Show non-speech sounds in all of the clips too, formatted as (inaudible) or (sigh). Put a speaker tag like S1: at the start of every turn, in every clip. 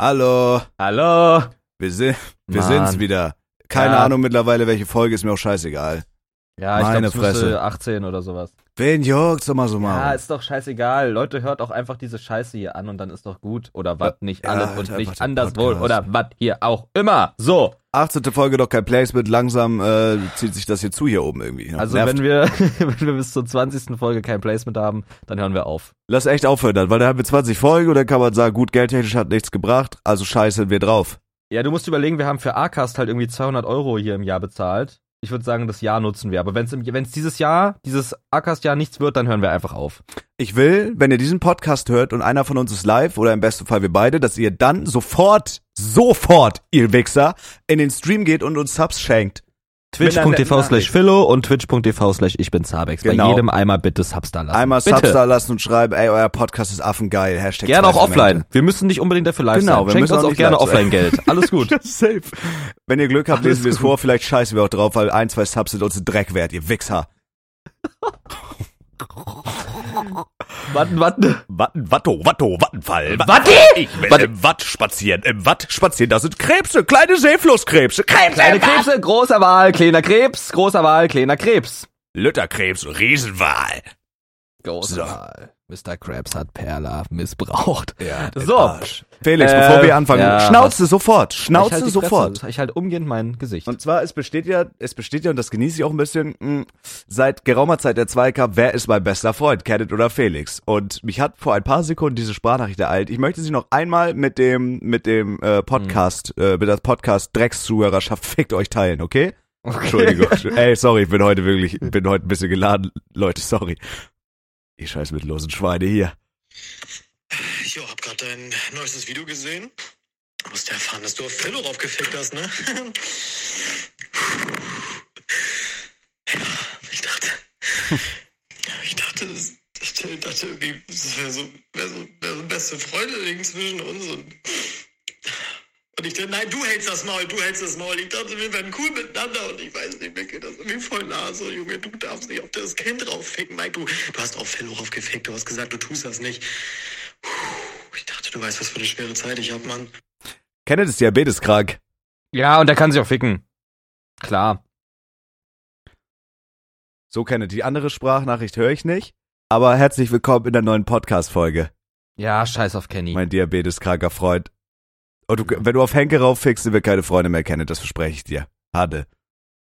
S1: Hallo,
S2: Hallo.
S1: wir, sind, wir
S2: Mann.
S1: sind's wieder. Keine
S2: Ja.
S1: Ahnung mittlerweile, welche Folge ist mir auch scheißegal.
S2: Ja, ich
S1: Meine
S2: glaube, es müsste
S1: Fresse.
S2: 18 oder sowas.
S1: Wen juckt's doch mal so
S2: Ja,
S1: mal.
S2: ist doch scheißegal. Leute, hört auch einfach diese Scheiße hier an und dann ist doch gut. Oder was nicht
S1: ja,
S2: alles
S1: hört
S2: und
S1: einfach
S2: nicht
S1: den
S2: anderswo.
S1: Podcast.
S2: Oder was hier auch immer. So.
S1: 18. Folge doch kein Placement, langsam äh, zieht sich das hier zu hier oben irgendwie.
S2: Also
S1: Nervt.
S2: wenn wir, (laughs) wenn wir bis zur 20. Folge kein Placement haben, dann hören wir auf.
S1: Lass echt aufhören dann, weil da haben wir 20 Folgen und dann kann man sagen, gut, geldtechnisch hat nichts gebracht, also scheißen wir drauf.
S2: Ja, du musst überlegen, wir haben für Arcast halt irgendwie 200 Euro hier im Jahr bezahlt. Ich würde sagen, das Jahr nutzen wir. Aber wenn es dieses Jahr, dieses Arcast-Jahr nichts wird, dann hören wir einfach auf.
S1: Ich will, wenn ihr diesen Podcast hört und einer von uns ist live oder im besten Fall wir beide, dass ihr dann sofort, sofort, ihr Wichser, in den Stream geht und uns Subs schenkt.
S2: Twitch.tv slash Philo und Twitch.tv slash Ich bin Zabex.
S1: Genau.
S2: Bei jedem einmal bitte Subs da lassen.
S1: Einmal
S2: bitte.
S1: Subs da lassen und schreiben, ey, euer Podcast ist affengeil. Hashtag
S2: Gerne
S1: zwei
S2: auch
S1: Fermente.
S2: (laughs) offline. Wir müssen nicht unbedingt dafür live
S1: Genau,
S2: sein.
S1: wir
S2: Schenkt
S1: müssen
S2: uns
S1: auch
S2: auch
S1: nicht
S2: gerne
S1: live sein.
S2: Offline-Geld.
S1: (laughs)
S2: Alles gut.
S1: Das ist safe. Wenn ihr Glück habt, lesen wir es vor, vielleicht scheißen wir auch drauf, weil ein, zwei Subs sind uns ein Dreck wert, ihr Wichser.
S2: warten, warten. (laughs)
S1: Watten, Watto, Watto, Wattenfall.
S2: Watti?
S1: Ich will
S2: Watti.
S1: im Watt spazieren, im Watt spazieren. Da sind Krebse, kleine Seeflusskrebse, Krebse,
S2: Kleine Krebse, großer Wahl, kleiner Krebs, großer Wahl, kleiner Krebs.
S1: Lütterkrebs, Riesenwal.
S2: Großer
S1: So.
S2: Wahl. Mr. Krebs hat Perla missbraucht.
S1: Ja,
S2: So.
S1: Felix,
S2: Äh,
S1: bevor wir anfangen,
S2: ja,
S1: schnauze sofort,
S2: Ich
S1: schnauze
S2: halt die
S1: sofort.
S2: Fresse. Ich halt umgehend mein Gesicht.
S1: Und zwar, es besteht ja, es besteht ja, und das genieße ich auch ein bisschen, mh, seit geraumer Zeit der Zweikampf, wer ist mein bester Freund, Kenneth oder Felix? Und mich hat vor ein paar Sekunden diese Sprachnachricht ereilt. Ich möchte sie noch einmal mit dem, mit dem äh, Podcast, äh, mit der Podcast Dreckszuhörerschaft (laughs) fickt euch teilen, okay? Entschuldigung. Ey, sorry, ich bin heute wirklich, bin heute ein bisschen geladen. Leute, sorry. Die scheiß mitlosen Schweine hier.
S3: Jo, hab grad dein neuestes Video gesehen. Musst erfahren, dass du auf Philo raufgefickt hast, ne? (laughs) ja, ich dachte. ich dachte, das- ich dachte irgendwie, das wäre so, wär so, wär so beste Freunde zwischen uns und. Und ich dachte, nein, du hältst das Maul, du hältst das Maul. Ich dachte, wir werden cool miteinander und ich weiß nicht, mir geht das irgendwie voll Nase, Junge. Du darfst nicht auf das Kind raufficken, Mike. Du, du hast auf Philo raufgefickt, du hast gesagt, du tust das nicht. Ich dachte, du weißt, was für eine schwere Zeit ich hab, Mann.
S1: Kenneth ist diabeteskrank.
S2: (laughs) Ja, und der kann sich auch ficken. Klar.
S1: So Kenneth, die andere Sprachnachricht höre ich nicht. Aber herzlich willkommen in der neuen Podcast-Folge.
S2: Ja, scheiß auf Kenny.
S1: Mein diabeteskranker Freund. Und du, wenn du auf Henke rauffickst, sind wir keine Freunde mehr kennen, das verspreche ich dir. Hade.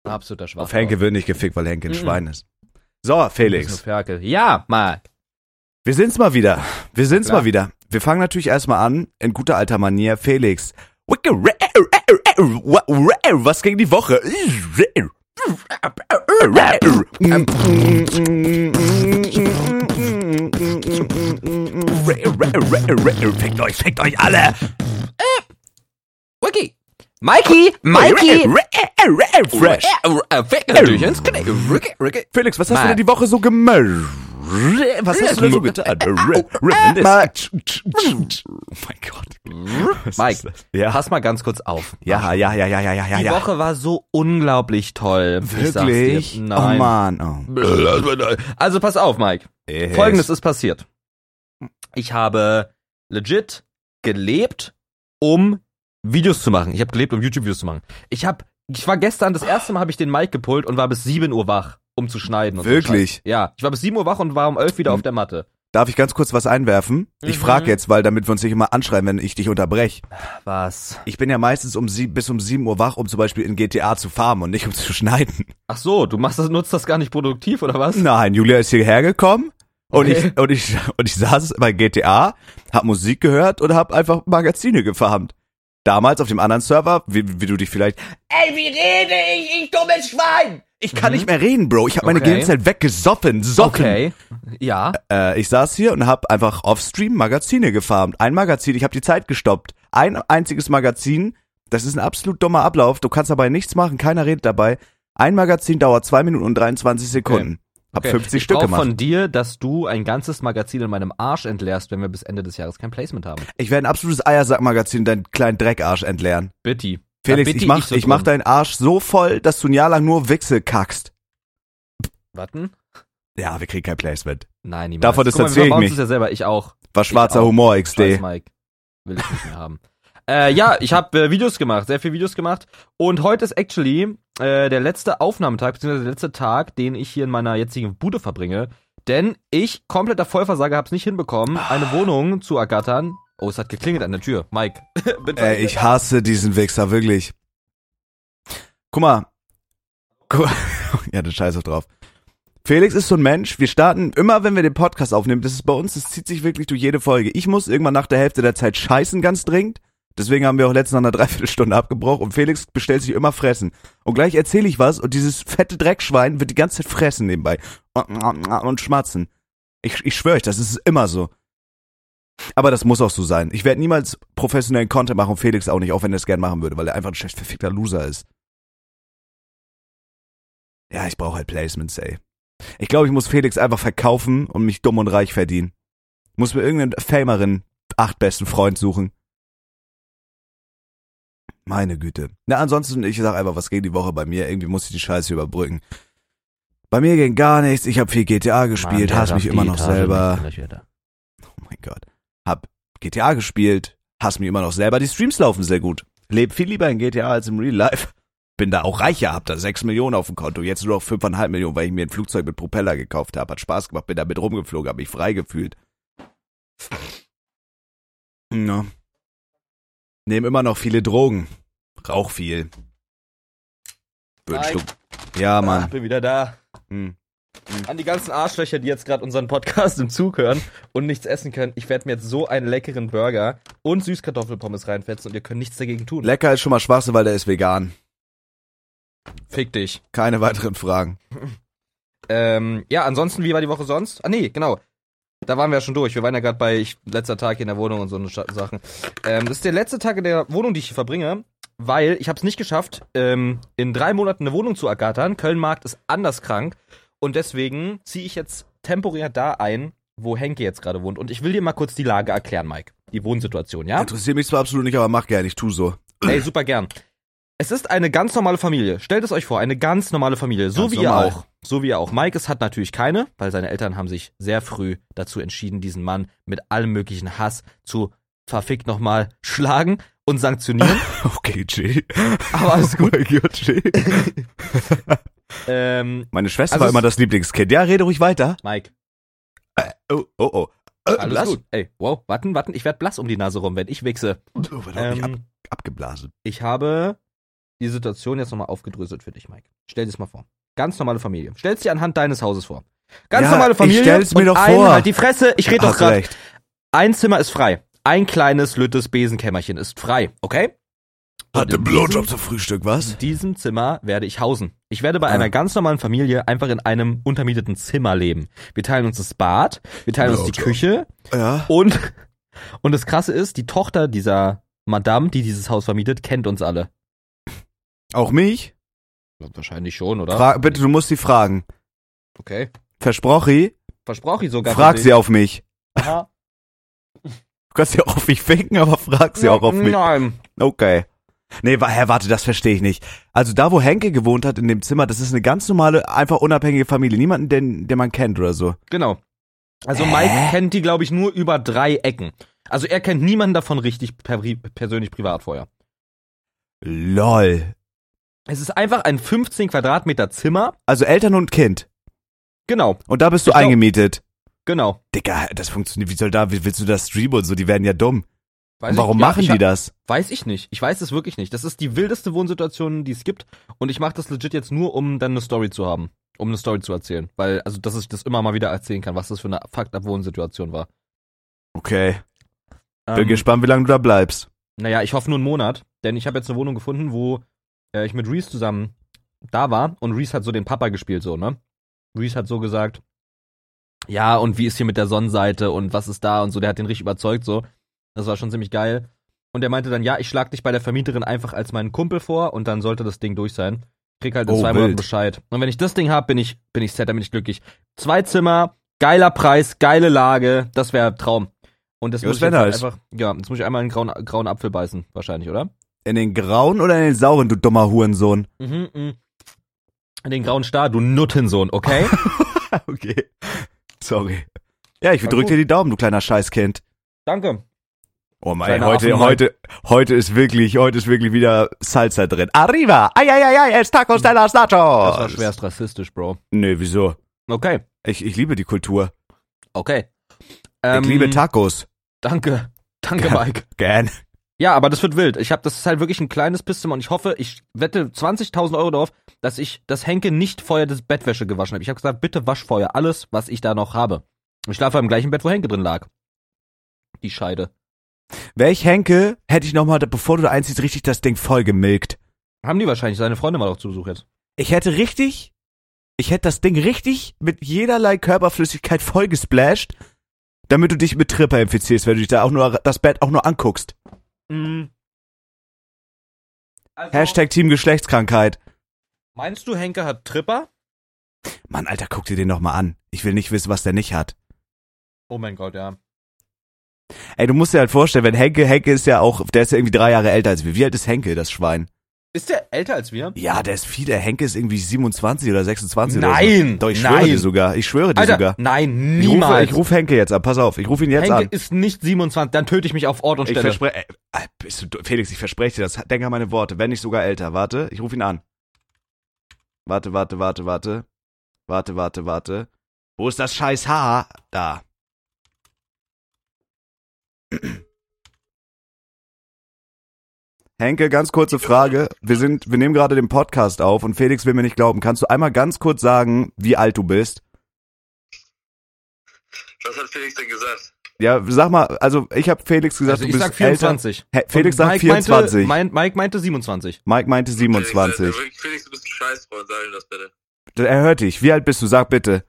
S2: Absoluter Schwachkopf.
S1: Auf Henke wird nicht gefickt, weil Henke ein
S2: Mhm.
S1: Schwein ist. So, Felix.
S2: Ferkel. Ja, Marc.
S1: Wir sind's mal wieder. Wir sind's
S2: Klar.
S1: mal wieder. Wir fangen natürlich erstmal an, in guter alter Manier. Felix. Was ging die Woche? Fickt euch, fickt euch alle!
S2: Wiki. Mikey. Mikey.
S1: Fresh.
S2: Äh, äh, Fick natürlich ins Knie. Ricky, Ricky.
S1: Felix, was hast
S2: Mal.
S1: du denn die Woche so gemacht? Was hast du denn so getan?
S2: äh,
S1: Mal. Oh mein Gott. Was ist
S2: Mike,
S1: das? Ja,
S2: pass mal ganz kurz auf.
S1: ja, ja, ja, ja, ja, ja, ja.
S2: Die
S1: ja.
S2: Woche war so unglaublich toll. Ich sag's
S1: Wirklich?
S2: dir.
S1: Oh
S2: Nein.
S1: Mann. Oh.
S2: Also pass auf, Mike.
S1: Yes.
S2: Folgendes ist passiert. Ich habe legit gelebt, um Videos zu machen. Ich habe gelebt, um YouTube-Videos zu machen. Ich habe, ich war gestern, das erste Mal habe ich den Mike gepult und war bis 7 Uhr wach, um zu schneiden. Und so
S1: Wirklich?
S2: Scheiß. ja, ich war bis 7 Uhr wach und war um 11 wieder
S1: Mhm.
S2: auf der Matte.
S1: Darf ich ganz kurz was einwerfen? Ich
S2: Mhm.
S1: frage jetzt, weil damit wir uns nicht immer anschreien, wenn ich dich unterbreche.
S2: Was?
S1: Ich bin ja meistens um sie, bis um 7 Uhr wach, um zum Beispiel in GTA zu farmen und nicht um zu schneiden.
S2: Ach so, du machst das, nutzt das gar nicht produktiv oder was?
S1: Nein, Julia ist hierher gekommen und,
S2: Okay.
S1: ich, und, ich, und ich saß bei GTA, hab Musik gehört und hab einfach Magazine gefarmt. Damals auf dem anderen Server, wie, wie du dich vielleicht... Ey, wie rede ich, ich dummes Schwein! Ich kann
S2: Mhm.
S1: nicht mehr reden, Bro. Ich habe meine
S2: Okay.
S1: Gehirnzeit weggesoffen. Socken.
S2: Okay. Ja.
S1: Äh, ich saß hier und hab einfach off-stream Magazine gefarmt. Ein Magazin, ich habe die Zeit gestoppt. Ein einziges Magazin, das ist ein absolut dummer Ablauf. Du kannst dabei nichts machen, keiner redet dabei. Ein Magazin dauert 2 Minuten und 23 Sekunden. Hab
S2: Okay.
S1: 50
S2: ich
S1: Stück
S2: brauch
S1: gemacht.
S2: von dir, dass du ein ganzes Magazin in meinem Arsch entleerst, wenn wir bis Ende des Jahres kein Placement haben.
S1: Ich werde ein absolutes Eiersackmagazin deinen kleinen Dreckarsch entleeren.
S2: Bitte.
S1: Felix,
S2: Da bitte
S1: ich mach,
S2: ich
S1: ich,
S2: so
S1: mach
S2: drum.
S1: deinen Arsch so voll, dass du ein Jahr lang nur Wichse kackst.
S2: Warten.
S1: Ja, wir kriegen kein Placement.
S2: Nein, niemals.
S1: Davon
S2: Guck mal,
S1: distanziere
S2: wir
S1: ich
S2: bauen
S1: mich.
S2: uns das ja selber. Ich auch.
S1: War schwarzer
S2: auch.
S1: Humor
S2: Scheiß
S1: XD.
S2: Mike. Will ich nicht mehr haben. Äh, ja, ich habe äh, Videos gemacht, sehr viel Videos gemacht. Und heute ist actually äh, der letzte Aufnahmetag, beziehungsweise der letzte Tag, den ich hier in meiner jetzigen Bude verbringe. Denn ich, kompletter Vollversager, hab's nicht hinbekommen,
S1: Ah.
S2: eine Wohnung zu ergattern. Oh, es hat geklingelt an der Tür. Mike. (laughs) bitte.
S1: Ey, Äh, ich hasse diesen Wichser, wirklich. Guck mal. Gu- (laughs) Ja, den Scheiß auch drauf. Felix ist so ein Mensch, wir starten immer, wenn wir den Podcast aufnehmen, das ist bei uns, das zieht sich wirklich durch jede Folge. Ich muss irgendwann nach der Hälfte der Zeit scheißen, ganz dringend. Deswegen haben wir auch letztens nach einer (laughs) Dreiviertelstunde abgebrochen und Felix bestellt sich immer Fressen. Und gleich erzähle ich was und dieses fette Dreckschwein wird die ganze Zeit fressen nebenbei. Und schmatzen. Ich, ich schwöre euch, das ist immer so. Aber das muss auch so sein. Ich werde niemals professionellen Content machen, Felix auch nicht, auch wenn er es gern machen würde, weil er einfach ein schlecht verfickter Loser ist. Ja, ich brauche halt Placements, ey. Ich glaube, ich muss Felix einfach verkaufen und mich dumm und reich verdienen. Muss mir irgendeinen Famerin acht besten Freund suchen. Meine Güte. Na, ansonsten, ich sag einfach, was ging die Woche bei mir? Irgendwie muss ich die Scheiße überbrücken. Bei mir ging gar nichts. Ich habe viel GTA gespielt,
S2: Mann, der
S1: hasse mich
S2: sagt,
S1: immer
S2: die
S1: noch
S2: Etage
S1: selber.
S2: möchte gleich wieder.
S1: Oh mein Gott. Hab GTA gespielt, hasse mich immer noch selber. Die Streams laufen sehr gut. Leb viel lieber in GTA als im Real Life. Bin da auch reicher, hab da 6 Millionen auf dem Konto. Jetzt nur noch 5,5 Millionen, weil ich mir ein Flugzeug mit Propeller gekauft habe. Hat Spaß gemacht, bin damit rumgeflogen, hab mich frei gefühlt. Na. Nehm immer noch viele Drogen. Rauch viel. Wünschst
S2: Mike.
S1: du. Ja,
S2: Ah,
S1: Mann.
S2: bin wieder da.
S1: Hm.
S2: An die ganzen Arschlöcher, die jetzt gerade unseren Podcast im Zug hören und nichts essen können. Ich werde mir jetzt so einen leckeren Burger und Süßkartoffelpommes reinfetzen und ihr könnt nichts dagegen tun.
S1: Lecker ist schon mal Schwachsinn, weil der ist vegan.
S2: Fick dich.
S1: Keine weiteren Fragen.
S2: Ähm, ja, ansonsten, wie war die Woche sonst? Ah, nee, genau. Da waren wir ja schon durch. Wir waren ja gerade bei ich, letzter Tag hier in der Wohnung und so eine Scha- Sachen. Ähm, das ist der letzte Tag in der Wohnung, die ich hier verbringe, weil ich habe es nicht geschafft, ähm, in drei Monaten eine Wohnung zu ergattern. Kölnmarkt ist anders krank und deswegen ziehe ich jetzt temporär da ein, wo Henke jetzt gerade wohnt. Und ich will dir mal kurz die Lage erklären, Mike. Die Wohnsituation, ja?
S1: Interessiert mich zwar absolut nicht, aber mach gerne, ich tu so. (laughs)
S2: Ey, super gern. Es ist eine ganz normale Familie. Stellt es euch vor, eine ganz normale Familie. So
S1: Ganz
S2: wie
S1: normal.
S2: ihr auch. So wie ihr auch. Mike es hat natürlich keine, weil seine Eltern haben sich sehr früh dazu entschieden, diesen Mann mit allem möglichen Hass zu verfickt nochmal schlagen
S1: (laughs)
S2: und sanktionieren.
S1: Okay, Oh G.
S2: Aber Oh,
S1: (laughs)
S2: alles gut.
S1: G.
S2: (laughs) Ähm,
S1: Meine Schwester
S2: Also
S1: war
S2: es-
S1: immer das Lieblingskind. Ja, rede ruhig weiter.
S2: Mike,
S1: Oh, oh, oh. Äh,
S2: alles
S1: blass.
S2: gut. Ey, wow, warten, warten. Ich werd blass um die Nase rum, wenn ich wichse.
S1: Oh, warte, hab ich ab,
S2: Ähm,
S1: abgeblasen.
S2: Ich habe die Situation jetzt nochmal aufgedröselt für dich, Mike. Stell dir das mal vor. Ganz normale Familie. Stell's dir anhand deines Hauses vor. Ganz
S1: Ja,
S2: normale
S1: ich
S2: Familie.
S1: stell's mir
S2: und
S1: doch
S2: ein,
S1: vor.
S2: Halt die Fresse, ich rede doch
S1: Hast
S2: gerade.
S1: recht.
S2: Ein Zimmer ist frei. Ein kleines, lüttes Besenkämmerchen ist frei, okay?
S1: Hatte
S2: in
S1: Blowjob zum Frühstück, was?
S2: In diesem Zimmer werde ich hausen. Ich werde bei
S1: Ah.
S2: einer ganz normalen Familie einfach in einem untermieteten Zimmer leben. Wir teilen uns das Bad, wir teilen uns die
S1: Blowjob.
S2: Küche
S1: Ja.
S2: und, und das Krasse ist, die Tochter dieser Madame, die dieses Haus vermietet, kennt uns alle.
S1: Auch mich?
S2: Wahrscheinlich schon, oder?
S1: Fra bitte, du musst sie fragen.
S2: Okay.
S1: Versprochi,
S2: Versprach ich sogar.
S1: frag sie auf mich.
S2: auch.
S1: Du kannst sie auch auf mich ficken, aber frag sie auch auf mich.
S2: Nein.
S1: Okay. Nee, wa- Herr, warte, das verstehe ich nicht. Also da, wo Henke gewohnt hat in dem Zimmer, das ist eine ganz normale, einfach unabhängige Familie. Niemanden, den, den man kennt oder so.
S2: Genau. Also
S1: Hä?
S2: Mike kennt die, glaube ich, nur über drei Ecken. Also er kennt niemanden davon richtig per, persönlich privat vorher.
S1: Lol.
S2: Es ist einfach ein 15 Quadratmeter Zimmer.
S1: Also Eltern und Kind.
S2: Genau,
S1: Und da bist du
S2: Ich glaub-
S1: eingemietet.
S2: genau.
S1: Digga, das funktioniert, wie soll da, wie willst du das streamen und so, die werden ja dumm.
S2: Weiß
S1: und warum
S2: Also
S1: machen
S2: ich, ja, ich,
S1: die das?
S2: Weiß ich nicht. Ich weiß es wirklich nicht. Das ist die wildeste Wohnsituation, die es gibt. Und ich mache das legit jetzt nur, um dann eine Story zu haben. Um eine Story zu erzählen. Weil, also, dass ich das immer mal wieder erzählen kann, was das für eine Fucked-Up-Wohnsituation war.
S1: Okay, bin
S2: Ähm,
S1: gespannt, wie lange du da bleibst.
S2: Naja, ich hoffe nur einen Monat, denn ich habe jetzt eine Wohnung gefunden, wo äh, ich mit Reese zusammen da war und Reese hat so den Papa gespielt, so, ne? Reese hat so gesagt, ja, und wie ist hier mit der Sonnenseite und was ist da und so, der hat den richtig überzeugt, so. Das war schon ziemlich geil. Und er meinte dann, ja, ich schlag dich bei der Vermieterin einfach als meinen Kumpel vor und dann sollte das Ding durch sein. Krieg halt in
S1: Oh,
S2: zwei
S1: wild.
S2: Monaten Bescheid. Und wenn ich das Ding hab, bin ich, bin ich set, dann bin ich glücklich. Zwei Zimmer, geiler Preis, geile Lage, das wäre Traum. Und das
S1: Ja,
S2: muss ich
S1: das
S2: jetzt
S1: wär
S2: halt
S1: nice.
S2: einfach, ja, jetzt muss ich einmal einen grauen, grauen Apfel beißen, wahrscheinlich, oder?
S1: In den grauen oder in den sauren, du dummer
S2: (laughs)
S1: Hurensohn?
S2: Mhm, mhm. Den grauen Star, du Nuttensohn,
S1: (laughs)
S2: okay?
S1: okay. Sorry. Ja, ich
S2: Na
S1: drück
S2: gut.
S1: dir die Daumen, du kleiner Scheißkind.
S2: Danke.
S1: Oh mein,
S2: Kleiner ne?
S1: heute,
S2: Affenmann.
S1: heute, heute ist wirklich, heute ist wirklich wieder Salsa drin. Arriba! Ayayayay, es Tacos de las Nachos!
S2: Das war schwerst rassistisch, Bro.
S1: Nö, wieso?
S2: Okay,
S1: Ich, ich liebe die Kultur.
S2: okay. Ähm,
S1: ich liebe Tacos.
S2: Danke, danke,
S1: Ja.
S2: Mike.
S1: Gern.
S2: Ja, aber das wird wild. Ich habe, das ist halt wirklich ein kleines Pisszimmer und ich hoffe, ich wette 20.000 Euro darauf, dass ich das Henke nicht vorher das Bettwäsche gewaschen habe. Ich habe gesagt, bitte wasch vorher alles, was ich da noch habe. Ich schlafe im gleichen Bett, wo Henke drin lag. Die Scheide.
S1: Welch Henke hätte ich nochmal, bevor du da einziehst, richtig das Ding voll gemilkt.
S2: Haben die wahrscheinlich, seine Freundin war doch zu Besuch jetzt.
S1: Ich hätte richtig, ich hätte das Ding richtig mit jederlei Körperflüssigkeit voll gesplasht, damit du dich mit Tripper infizierst, wenn du dich da auch nur, das Bett auch nur anguckst.
S2: Mhm. Also,
S1: Hashtag Team Geschlechtskrankheit.
S2: Meinst du, Henke hat Tripper?
S1: Mann, Alter, guck dir den noch mal an. Ich will nicht wissen, was der nicht hat.
S2: Oh mein Gott, ja.
S1: Ey, du musst dir halt vorstellen, wenn Henke, Henke ist ja auch, der ist ja irgendwie drei Jahre älter als wir. Wie alt ist Henke, das Schwein?
S2: Ist der älter als wir?
S1: Ja, der ist viel, der Henke ist irgendwie 27 oder 26 oder so.
S2: Nein,
S1: Doch, ich schwöre
S2: nein.
S1: dir sogar. Ich schwöre dir
S2: Alter,
S1: sogar.
S2: nein,
S1: Ich rufe,
S2: niemals.
S1: ich rufe Henke jetzt an. Pass auf, ich rufe ihn jetzt
S2: Henke
S1: an.
S2: ist nicht 27, dann töte ich mich auf Ort und
S1: Ich
S2: Stelle.
S1: verspreche, äh, äh, bist du, du- Felix, ich verspreche dir das. Denk an meine Worte, wenn nicht sogar älter. Warte, ich rufe ihn an. Warte, warte, warte, warte. Warte, warte, warte. Wo ist das scheiß Haar? Da. (clears throat) Henke, ganz kurze Frage. Wir sind, wir nehmen gerade den Podcast auf und Felix will mir nicht glauben. Kannst du einmal ganz kurz sagen, wie alt du bist?
S3: Was hat Felix denn gesagt?
S1: Ja, sag mal, also ich habe Felix gesagt,
S2: also
S1: du
S2: ich
S1: bist
S2: sag 24.
S1: älter. He- Felix sagt
S2: Mike
S1: 24.
S2: Meinte, mein, Mike meinte 27.
S1: Mike meinte 27.
S3: Felix, äh, Felix, du bist ein Scheißfreund, sag ihm das bitte.
S1: Er hört dich. Wie alt bist du? Sag bitte.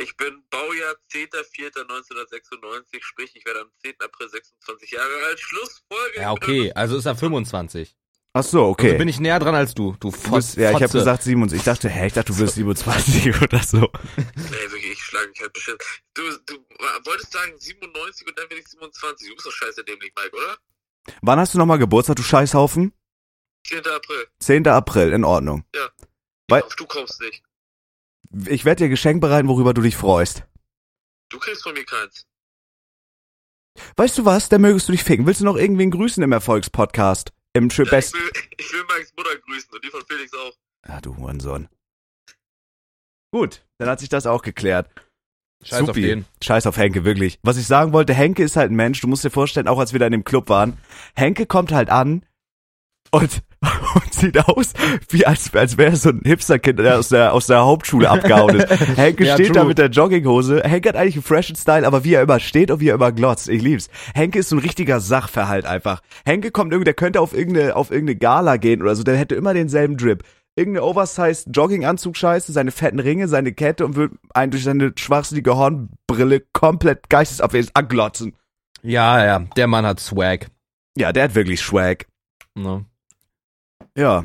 S3: Ich bin Baujahr 10.04.1996, sprich, ich werde am 10. April 26 Jahre alt. Schlussfolgerung.
S2: Ja, okay, also ist er 25.
S1: Ach so, okay.
S2: Also bin ich näher dran als du,
S1: Du
S2: du Fotz,
S1: bist, ja, ich habe
S2: Fotze.
S1: gesagt 27. Ich dachte, hä, ich dachte, du wirst 27 (laughs) oder so.
S3: Ey, wirklich, ich schlage mich halt bestimmt. Du, du wolltest sagen 97 und dann bin ich 27. Du bist doch scheiße dämlich, Mike, oder?
S1: Wann hast du nochmal Geburtstag, du Scheißhaufen?
S3: 10. April.
S1: 10. April, in Ordnung. Weil-
S3: Ich hoffe, du kommst nicht.
S1: Ich werde dir Geschenk bereiten, worüber du dich freust.
S3: Du kriegst von mir keins.
S1: Weißt du was? Dann mögest du dich ficken. Willst du noch irgendwen grüßen im Erfolgspodcast? Im Trip
S3: Ja, ich,
S1: Best.
S3: will, ich will Mikes Mutter grüßen und die von Felix auch.
S1: Ah, du Hurensohn. Gut, dann hat sich das auch geklärt.
S2: Scheiß auf
S1: Supi.
S2: den.
S1: Scheiß auf Henke, wirklich. Was ich sagen wollte, Henke ist halt ein Mensch, du musst dir vorstellen, auch als wir da in dem Club waren, Henke kommt halt an und, (laughs) und sieht aus, wie als, als wäre so ein Hipsterkind, der aus der, aus der Hauptschule abgehauen
S2: (laughs)
S1: ist. Henke
S2: Ja,
S1: steht da
S2: true.
S1: mit der Jogginghose. Henke hat eigentlich einen freshen Style, aber wie er immer steht und wie er immer glotzt, ich lieb's. Henke ist so ein richtiger Sachverhalt einfach. Henke kommt irgendwie, der könnte auf irgendeine, auf irgendeine Gala gehen oder so, der hätte immer denselben Drip. Irgendeine oversized Jogginganzug-Scheiße, seine fetten Ringe, seine Kette und würde einen durch seine schwachsinnige Hornbrille komplett geistesabwesend anglotzen.
S2: Ja, ja, der Mann hat Swag.
S1: Ja, der hat wirklich Swag.
S2: Ne?
S1: Ja.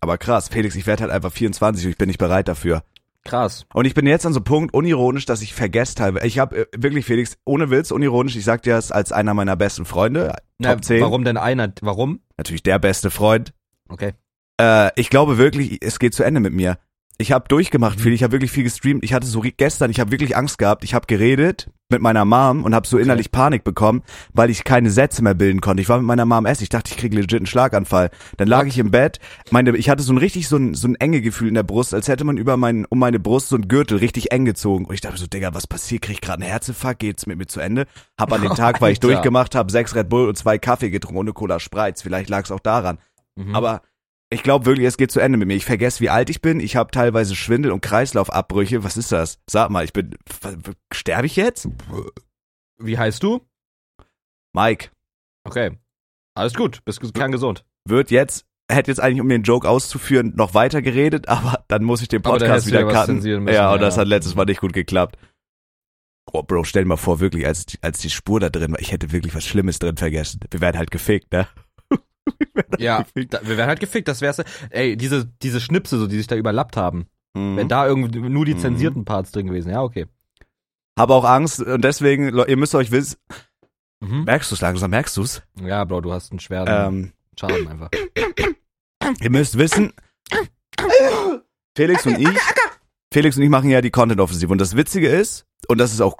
S1: Aber krass, Felix, ich werde halt einfach 24 und ich bin nicht bereit dafür.
S2: Krass.
S1: Und ich bin jetzt an so einem Punkt, unironisch, dass ich vergesst habe. Ich habe äh, wirklich, Felix, ohne Witz, unironisch, ich sag dir das als einer meiner besten Freunde,
S2: Na,
S1: Top 10,
S2: Warum denn einer? Warum?
S1: natürlich der beste Freund.
S2: Okay.
S1: Äh, ich glaube wirklich, es geht zu Ende mit mir. Ich habe durchgemacht viel, ich habe wirklich viel gestreamt. Ich hatte so ri- gestern, ich habe wirklich Angst gehabt. Ich habe geredet mit meiner Mom und habe so innerlich Panik bekommen, weil ich keine Sätze mehr bilden konnte. Ich war mit meiner Mom essen, ich dachte, ich kriege legit einen Schlaganfall. Dann lag ich im Bett, meine, ich hatte so ein richtig so ein, so ein enge Gefühl in der Brust, als hätte man über meinen, um meine Brust so einen Gürtel richtig eng gezogen. Und ich dachte so, Digga, was passiert? Krieg ich gerade einen Herzinfarkt? Geht's mit mir zu Ende? Hab an dem Tag, weil ich
S2: Alter.
S1: durchgemacht habe, sechs Red Bull und zwei Kaffee getrunken ohne Cola Spreiz. Vielleicht lag es auch daran.
S2: Mhm.
S1: Aber ich glaube wirklich, es geht zu Ende mit mir. Ich vergesse, wie alt ich bin. Ich habe teilweise Schwindel und Kreislaufabbrüche. Was ist das? Sag mal, ich bin. Sterbe ich jetzt?
S2: Wie heißt du?
S1: Mike
S2: Okay. Alles gut, bist
S1: (laughs)
S2: ges- kerngesund.
S1: wird jetzt. Hätte jetzt eigentlich, um den Joke auszuführen, noch weiter geredet, (laughs) aber dann muss ich den
S2: Aber dann
S1: Podcast
S2: hättest du
S1: wieder
S2: ja was
S1: cutten.
S2: zensieren müssen,
S1: ja, und
S2: ja.
S1: das hat letztes Mal nicht gut geklappt. Oh, Bro, stell dir mal vor, wirklich, als, die- als die Spur da drin war, ich hätte wirklich was Schlimmes drin vergessen. Wir werden halt gefickt, ne? (laughs)
S2: Ja, da, wir werden halt gefickt, das wär's. Ey, diese, diese Schnipse, so, die sich da überlappt haben. Wenn da irgendwie nur die
S1: Mhm.
S2: zensierten Parts drin gewesen, ja, okay.
S1: Habe auch Angst und deswegen, Le- ihr müsst euch wissen,
S2: Mhm.
S1: merkst du es langsam, merkst du es?
S2: Ja, Bro, du hast einen schweren
S1: Ähm,
S2: Schaden einfach.
S1: Ihr müsst wissen, Felix und ich, Felix und ich machen ja die Content-Offensive. Und das Witzige ist, und das ist auch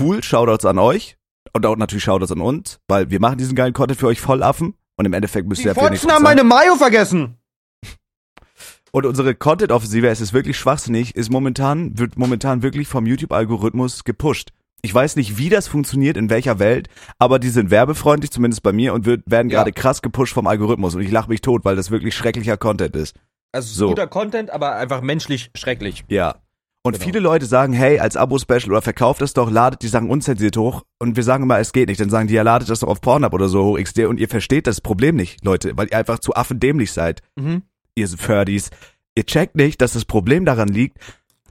S1: cool, Shoutouts an euch, Und auch natürlich schaut das an uns, weil wir machen diesen geilen Content für euch Vollaffen. Und im Endeffekt müsst
S2: Die
S1: ihr ja für nichts
S2: Fotzen haben
S1: bezahlen.
S2: meine Mayo vergessen.
S1: Und unsere Content-Offensive, es ist wirklich schwachsinnig, ist momentan, wird momentan wirklich vom YouTube-Algorithmus gepusht. Ich weiß nicht, wie das funktioniert, in welcher Welt, aber die sind werbefreundlich, zumindest bei mir, und wird, werden
S2: Ja.
S1: gerade krass gepusht vom Algorithmus. Und ich lache mich tot, weil das wirklich schrecklicher Content ist.
S2: Also es ist
S1: So.
S2: guter Content, aber einfach menschlich schrecklich.
S1: Ja. Und
S2: Genau.
S1: viele Leute sagen, hey, als Abo-Special oder verkauft das doch, ladet die Sachen unzensiert hoch. Und wir sagen immer, es geht nicht. Dann sagen die, ja, ladet das doch auf Pornhub oder so hoch, XD. Und ihr versteht das Problem nicht, Leute, weil ihr einfach zu affendämlich seid.
S2: Mhm.
S1: ihr Ferdies, ihr checkt nicht, dass das Problem daran liegt,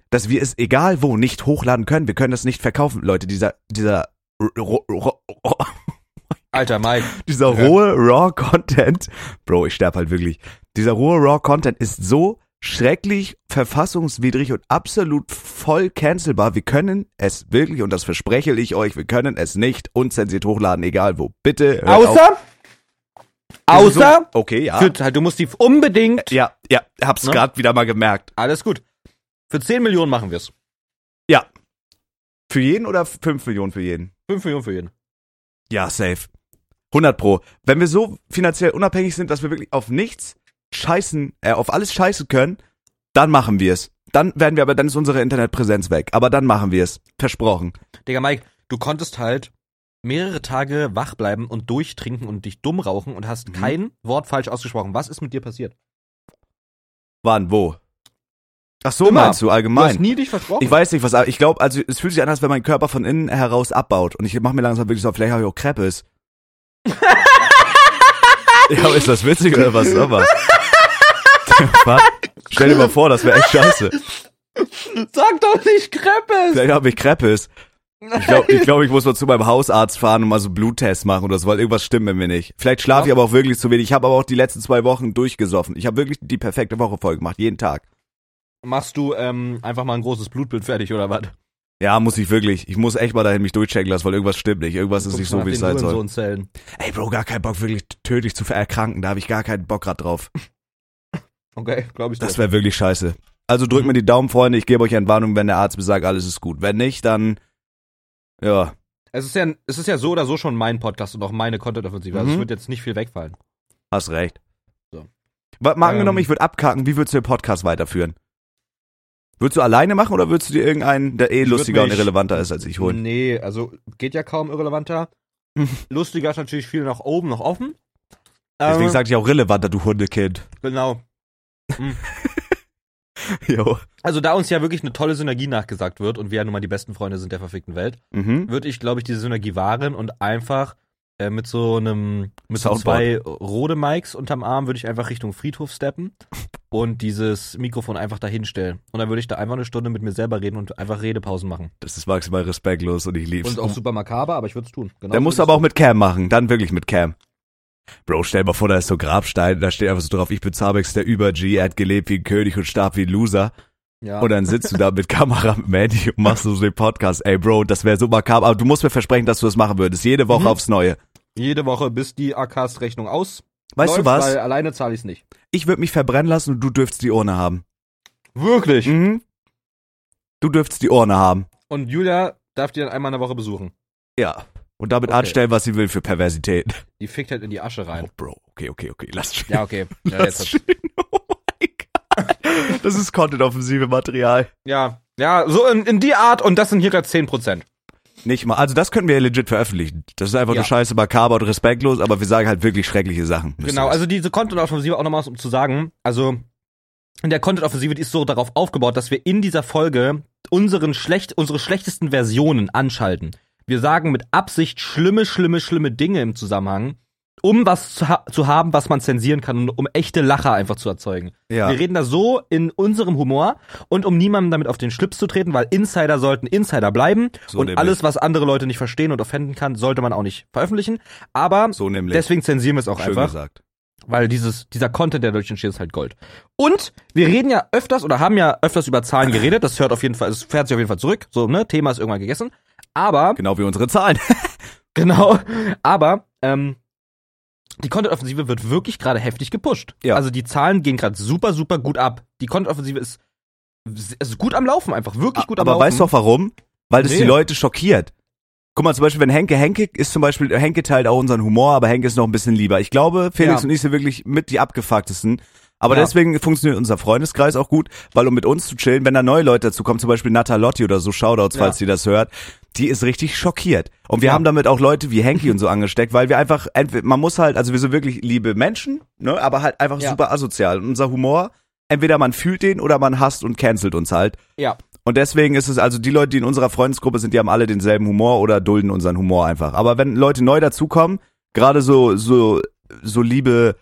S1: dass wir es egal wo nicht hochladen können. Wir können das nicht verkaufen, Leute. Dieser, dieser, ro- ro- ro-
S2: Alter, Mike.
S1: dieser
S2: Ja.
S1: rohe Raw Content, Bro, ich sterb halt wirklich. Dieser rohe Raw Content ist so schrecklich, verfassungswidrig und absolut voll cancelbar. Wir können es wirklich, und das verspreche ich euch, wir können es nicht unzensiert hochladen, egal wo. Bitte. hört auf.
S2: Außer, außer,
S1: So- Okay, ja.
S2: für, halt, du musst die unbedingt,
S1: Ja, ja, hab's
S2: Ne?
S1: grad gerade wieder mal gemerkt.
S2: alles gut. Für 10 Millionen machen wir's.
S1: Ja. Für jeden oder 5 Millionen für jeden?
S2: 5 Millionen für jeden.
S1: Ja, safe. 100 pro. Wenn wir so finanziell unabhängig sind, dass wir wirklich auf nichts scheißen, äh, auf alles scheißen können, dann machen wir es. Dann werden wir aber, dann ist unsere Internetpräsenz weg. Aber dann machen wir es. Versprochen.
S2: Digga, Mike, du konntest halt mehrere Tage wach bleiben und durchtrinken und dich dumm rauchen und hast
S1: Mhm.
S2: kein Wort falsch ausgesprochen. Was ist mit dir passiert?
S1: Wann, wo? Ach so,
S2: Immer.
S1: meinst du
S2: Du hast
S1: allgemein?
S2: nie dich versprochen.
S1: Ich weiß nicht, was, ich glaube, also es fühlt sich an, als wenn mein Körper von innen heraus abbaut. Und ich mache mir langsam wirklich so, vielleicht habe ich auch
S2: (laughs)
S1: Kreppes. ja, aber ist das witzig oder was? Sag
S2: (laughs)
S1: mal. Was? Stell dir mal vor, das wäre echt scheiße.
S2: Sag doch nicht Kreppes!
S1: Vielleicht habe ich Kreppes. Ich glaube, ich, glaub, ich muss mal zu meinem Hausarzt fahren und mal so einen Bluttest machen oder so, weil irgendwas stimmt mit mir nicht. Vielleicht schlafe ich aber auch wirklich zu wenig. Ich habe aber auch die letzten zwei Wochen durchgesoffen. Ich habe wirklich die perfekte Woche voll gemacht, jeden Tag.
S2: (laughs) Machst du ähm, einfach mal ein großes Blutbild fertig oder was?
S1: Ja, muss ich wirklich. Ich muss echt mal dahin mich durchchecken lassen, weil irgendwas stimmt nicht. Irgendwas ist nicht so, wie es sein soll.
S2: Zellen.
S1: Ey, Bro, gar keinen Bock, wirklich tödlich zu erkranken. Da habe ich gar keinen Bock grad drauf.
S2: Okay, glaube ich.
S1: Das
S2: dir.
S1: wäre wirklich scheiße. Also drückt mir die Daumen, Freunde. Ich gebe euch Entwarnung, wenn der Arzt mir sagt, alles ist gut. Wenn nicht, dann. Ja.
S2: es, ist ja, es ist ja so oder so schon mein Podcast und auch meine Content-Offensive. Also
S1: Mhm.
S2: es wird jetzt nicht viel wegfallen.
S1: Hast recht.
S2: So.
S1: Wa- Mal angenommen,
S2: Ähm.
S1: ich würde abkacken, wie würdest du den Podcast weiterführen? Würdest du alleine machen oder würdest du dir irgendeinen, der eh
S2: würd
S1: lustiger und
S2: mich-
S1: irrelevanter ist als ich holen?
S2: Nee, also geht ja kaum
S1: (laughs)
S2: irrelevanter. Lustiger ist natürlich viel nach oben noch offen.
S1: Deswegen
S2: Ähm,
S1: sagte ich auch relevanter, du
S2: (laughs)
S1: Hundekind.
S2: genau.
S1: Jo.
S2: Also da uns ja wirklich eine tolle Synergie nachgesagt wird und wir ja nun mal die besten Freunde sind der verfickten Welt,
S1: Mhm.
S2: würde ich, glaube ich, diese Synergie wahren und einfach äh, mit so einem mit so
S1: Soundboard.
S2: zwei rode Mics unterm Arm würde ich einfach Richtung Friedhof steppen und dieses Mikrofon einfach dahinstellen und dann würde ich da einfach eine Stunde mit mir selber reden und einfach Redepausen machen.
S1: Das ist maximal respektlos und ich lieb's.
S2: Und auch super makaber, aber ich würde es tun. Genau.
S1: Der muss aber auch mit Cam machen, dann wirklich mit Cam. Bro, stell mal vor, da ist so ein Grabstein, da steht einfach so drauf, ich bin Zabex, der Über-G, er hat gelebt wie ein König und starb wie ein Loser.
S2: ja.
S1: Und dann sitzt du da mit Kamera, mit dem Handy und machst so den Podcast. Ey, Bro, das wäre so makaber, aber du musst mir versprechen, dass du das machen würdest, jede Woche
S2: Mhm.
S1: aufs Neue.
S2: jede Woche bis die AKs Rechnung aus.
S1: Weißt du
S2: läuft,
S1: was?
S2: Weil alleine zahle ich es nicht.
S1: Ich würde mich verbrennen lassen und du dürftest die Urne haben.
S2: Wirklich.
S1: Mhm. Du dürftest die Urne haben.
S2: Und Julia darf die dann einmal in der Woche besuchen.
S1: Ja. Und damit
S2: Okay.
S1: anstellen, was sie will für Perversität.
S2: Die fickt halt in die Asche
S1: Oh,
S2: rein.
S1: Bro, okay, okay, okay, lass stehen.
S2: Ja, okay. Ja,
S1: (laughs) lass
S2: (laughs) jetzt hat's-
S1: stehen. Oh mein Gott. Das ist Content-offensive Material.
S2: ja, ja so in, in die Art und das sind hier gerade 10%.
S1: Nicht mal. Also das können wir legit veröffentlichen. Das ist einfach
S2: Ja.
S1: nur scheiße makaber und respektlos, aber wir sagen halt wirklich schreckliche Sachen. Müsst
S2: Genau,
S1: ihr
S2: also diese Content-Offensive auch nochmal, um zu sagen, also in der Content-Offensive, die ist so darauf aufgebaut, dass wir in dieser Folge unseren schlecht, unsere schlechtesten Versionen anschalten. Wir sagen mit Absicht schlimme, schlimme, schlimme Dinge im Zusammenhang, um was zu, ha zu haben, was man zensieren kann und um echte Lacher einfach zu erzeugen.
S1: wissen. ja.
S2: Wir reden da so in unserem Humor und um niemandem damit auf den Schlips zu treten, weil Insider sollten Insider bleiben
S1: So
S2: und
S1: nämlich.
S2: alles, was andere Leute nicht verstehen und offenden kann, sollte man auch nicht veröffentlichen. Aber
S1: so nämlich.
S2: deswegen zensieren wir es auch
S1: Schön
S2: einfach.
S1: gesagt.
S2: Weil dieses, dieser Content, der dadurch entsteht, ist halt Gold. Und wir reden ja öfters oder haben ja öfters über Zahlen geredet. Das hört auf jeden Fall, es fährt sich auf jeden Fall zurück. So, ne? Thema ist irgendwann gegessen. Aber, (laughs)
S1: Genau wie unsere Zahlen.
S2: genau, aber, ähm, die Content-Offensive wird wirklich gerade heftig gepusht.
S1: Ja.
S2: Also die Zahlen gehen gerade super, super gut ab. Die Content-Offensive ist, s- ist gut am Laufen einfach, wirklich gut am
S1: aber
S2: Laufen.
S1: weißt du auch warum? Weil das
S2: Nee.
S1: die Leute schockiert. Guck mal, zum Beispiel, wenn Henke, Henke ist zum Beispiel, Henke teilt auch unseren Humor, aber Henke ist noch ein bisschen lieber. Ich glaube, Felix
S2: Ja.
S1: und ich sind wirklich mit die abgefucktesten. Aber
S2: Ja.
S1: deswegen funktioniert unser Freundeskreis auch gut, weil um mit uns zu chillen, wenn da neue Leute dazu kommen, zum Beispiel Natalotti oder so, Shoutouts, falls die das hört, die ist richtig schockiert. Und wir
S2: Ja.
S1: haben damit auch Leute wie Henki und so angesteckt, weil wir einfach, entweder, man muss halt, also wir sind wirklich liebe Menschen, ne, aber halt einfach
S2: Ja.
S1: super asozial. Und unser Humor, entweder man fühlt den oder man hasst und cancelt uns halt.
S2: Ja.
S1: Und deswegen ist es also die Leute, die in unserer Freundesgruppe sind, die haben alle denselben Humor oder dulden unseren Humor einfach. Aber wenn Leute neu dazukommen, gerade so so so liebe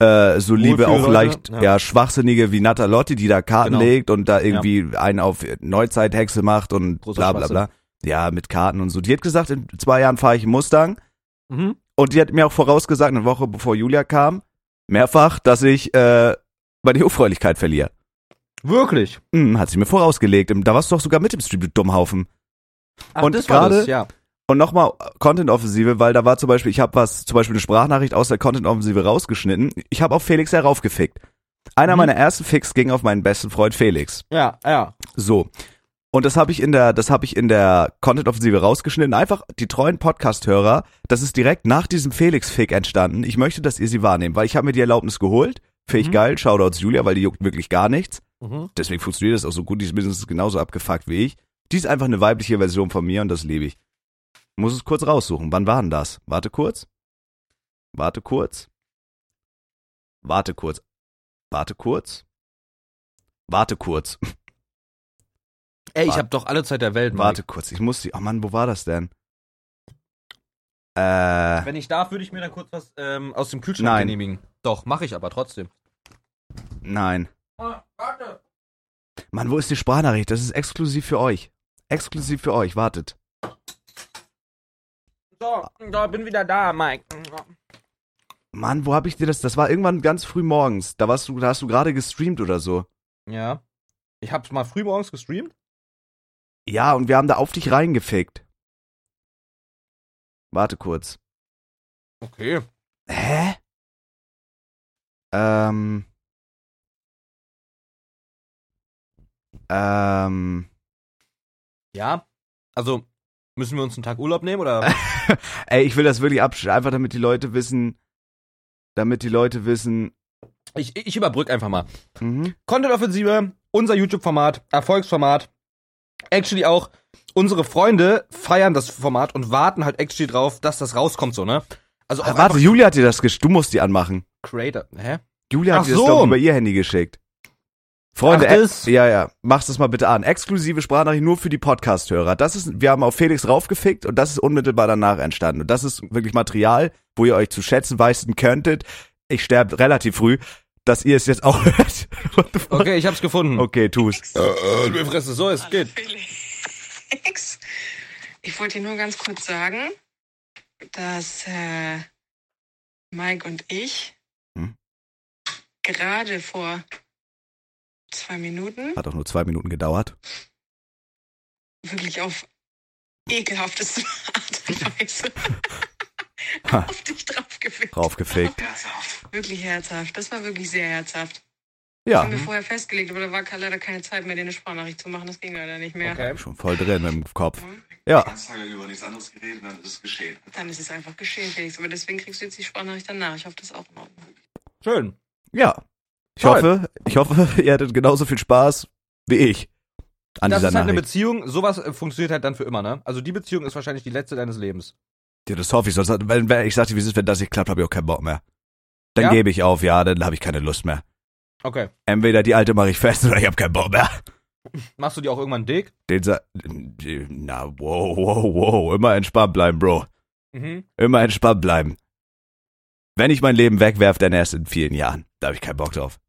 S1: äh, so liebe auch
S2: Wohlfühlleute,
S1: leicht ja.
S2: ja.
S1: schwachsinnige wie Natalotti, die da Karten
S2: Genau.
S1: legt und da irgendwie einen auf Neuzeithexe macht und
S2: Großer
S1: bla bla bla. Ja, mit Karten und so. Die hat gesagt, in zwei Jahren fahre ich einen Mustang.
S2: Mhm.
S1: Und die hat mir auch vorausgesagt, eine Woche bevor Julia kam, mehrfach, dass ich äh, meine Jungfräulichkeit verliere.
S2: Wirklich.
S1: Hm, hat sie mir vorausgelegt. Da warst du doch sogar mit im Stream, du Dummhaufen.
S2: Ach,
S1: Und
S2: das war
S1: gerade-
S2: das, ja.
S1: Und nochmal Content-Offensive, weil da war zum Beispiel, ich habe was, zum Beispiel eine Sprachnachricht aus der Content-Offensive rausgeschnitten. Ich habe auf Felix heraufgefickt. Einer
S2: Mhm.
S1: meiner ersten Ficks ging auf meinen besten Freund Felix.
S2: Ja, ja.
S1: So. Und das habe ich in der, das habe ich in der Content-Offensive rausgeschnitten. Einfach die treuen Podcast-Hörer, das ist direkt nach diesem Felix-Fick entstanden. Ich möchte, dass ihr sie wahrnehmt, weil ich habe mir die Erlaubnis geholt. Fähig
S2: Mhm.
S1: geil, Shoutouts Julia, weil die juckt wirklich gar nichts.
S2: Mhm.
S1: Deswegen funktioniert das auch so gut. Die ist mindestens genauso abgefuckt wie ich. Die ist einfach eine weibliche Version von mir und das liebe ich. Muss es kurz raussuchen. Wann war denn das? Warte kurz. Warte kurz. Warte kurz. Warte kurz. Warte kurz.
S2: Ey, ich
S1: Warte.
S2: habe doch alle Zeit der Welt. Mike.
S1: Warte kurz. Ich muss die. Oh Mann, wo war das denn? Äh.
S2: Wenn ich darf, würde ich mir dann kurz was ähm, aus dem Kühlschrank
S1: Nein.
S2: genehmigen. Doch, mache ich aber trotzdem.
S1: Nein.
S2: Oh, warte.
S1: Mann, wo ist die Sprachnachricht? Das ist exklusiv für euch. Exklusiv für euch. Wartet.
S2: So, so, bin wieder da, Mike.
S1: Mann, wo hab ich dir das? Das war irgendwann ganz früh morgens. Da warst du, da hast du gerade gestreamt oder so.
S2: Ja. Ich hab's mal früh morgens gestreamt.
S1: Ja, und wir haben da auf dich reingefickt. Warte kurz.
S2: Okay.
S1: Hä? Ähm. Ähm.
S2: Ja. Also, müssen wir uns einen Tag Urlaub nehmen (laughs) oder?
S1: Ey, ich will das wirklich abschließen, einfach damit die Leute wissen, damit die Leute wissen.
S2: ich ich überbrück einfach mal.
S1: Mhm.
S2: Content-Offensive, unser YouTube-Format, Erfolgsformat. Actually auch unsere Freunde feiern das Format und warten halt actually drauf, dass das rauskommt, so, ne? Also auch
S1: Ah, warte,
S2: einfach
S1: Julia hat dir das geschickt. Du musst die anmachen.
S2: Creator. Hä?
S1: Julia hat
S2: Ach
S1: dir das
S2: so.
S1: glaub ich, über ihr Handy geschickt. Freunde,
S2: Ach, das?
S1: äh, ja, ja, mach's das mal bitte an. Exklusive Sprachnachricht nur für die Podcast-Hörer. Das ist, wir haben auf Felix raufgefickt und das ist unmittelbar danach entstanden. Und das ist wirklich Material, wo ihr euch zu schätzen weisen könntet. Ich sterbe relativ früh, dass ihr es jetzt auch (laughs) hört. What the fuck?
S2: Okay, ich hab's gefunden. Äh,
S1: Okay, tu's.
S2: Du Fresse, so, es geht.
S4: Felix. Ich wollte dir nur ganz kurz sagen, dass äh, Mike und ich
S1: Hm?
S4: gerade vor zwei Minuten
S1: Hat auch nur zwei Minuten gedauert.
S4: wirklich auf ekelhafteste (laughs) Art und Weise
S1: Ha.
S4: auf dich draufgefickt.
S1: Raufgefickt.
S4: Wirklich herzhaft. Das war wirklich sehr herzhaft.
S1: Ja,
S4: Haben wir vorher festgelegt, aber da war leider keine Zeit mehr, dir eine Sprachnachricht zu machen. Das ging leider nicht mehr.
S2: Okay. Mhm.
S1: schon voll drin im Kopf. Ja,
S5: ganz lange über nichts anderes geredet, dann ist es geschehen.
S4: Dann ist es einfach geschehen, Felix. Aber deswegen kriegst du jetzt die Sprachnachricht danach. Ich hoffe, das ist auch in Ordnung.
S2: Schön.
S1: ja. Ich
S2: Toll.
S1: hoffe, ich hoffe, (laughs) ihr hattet genauso viel Spaß wie ich an
S2: das
S1: dieser
S2: ist halt eine
S1: Nachricht.
S2: Beziehung, sowas äh, funktioniert halt dann für immer, ne? Also die Beziehung ist wahrscheinlich die letzte deines Lebens.
S1: Ja, das hoffe ich. Sonst, hat- wenn, wenn ich sagte, wie es ist, wenn das nicht klappt, habe ich auch keinen Bock mehr. Dann
S2: Ja?
S1: gebe ich auf, ja, dann habe ich keine Lust mehr.
S2: Okay.
S1: Entweder die alte mache ich fest (laughs) oder ich habe keinen Bock mehr.
S2: Machst du dir auch irgendwann dick?
S1: Den sa Na, wow, wow, wow. Immer entspannt bleiben, Bro.
S2: Mhm.
S1: Immer entspannt bleiben. Wenn ich mein Leben wegwerf, dann erst in vielen Jahren. Da habe ich keinen Bock drauf.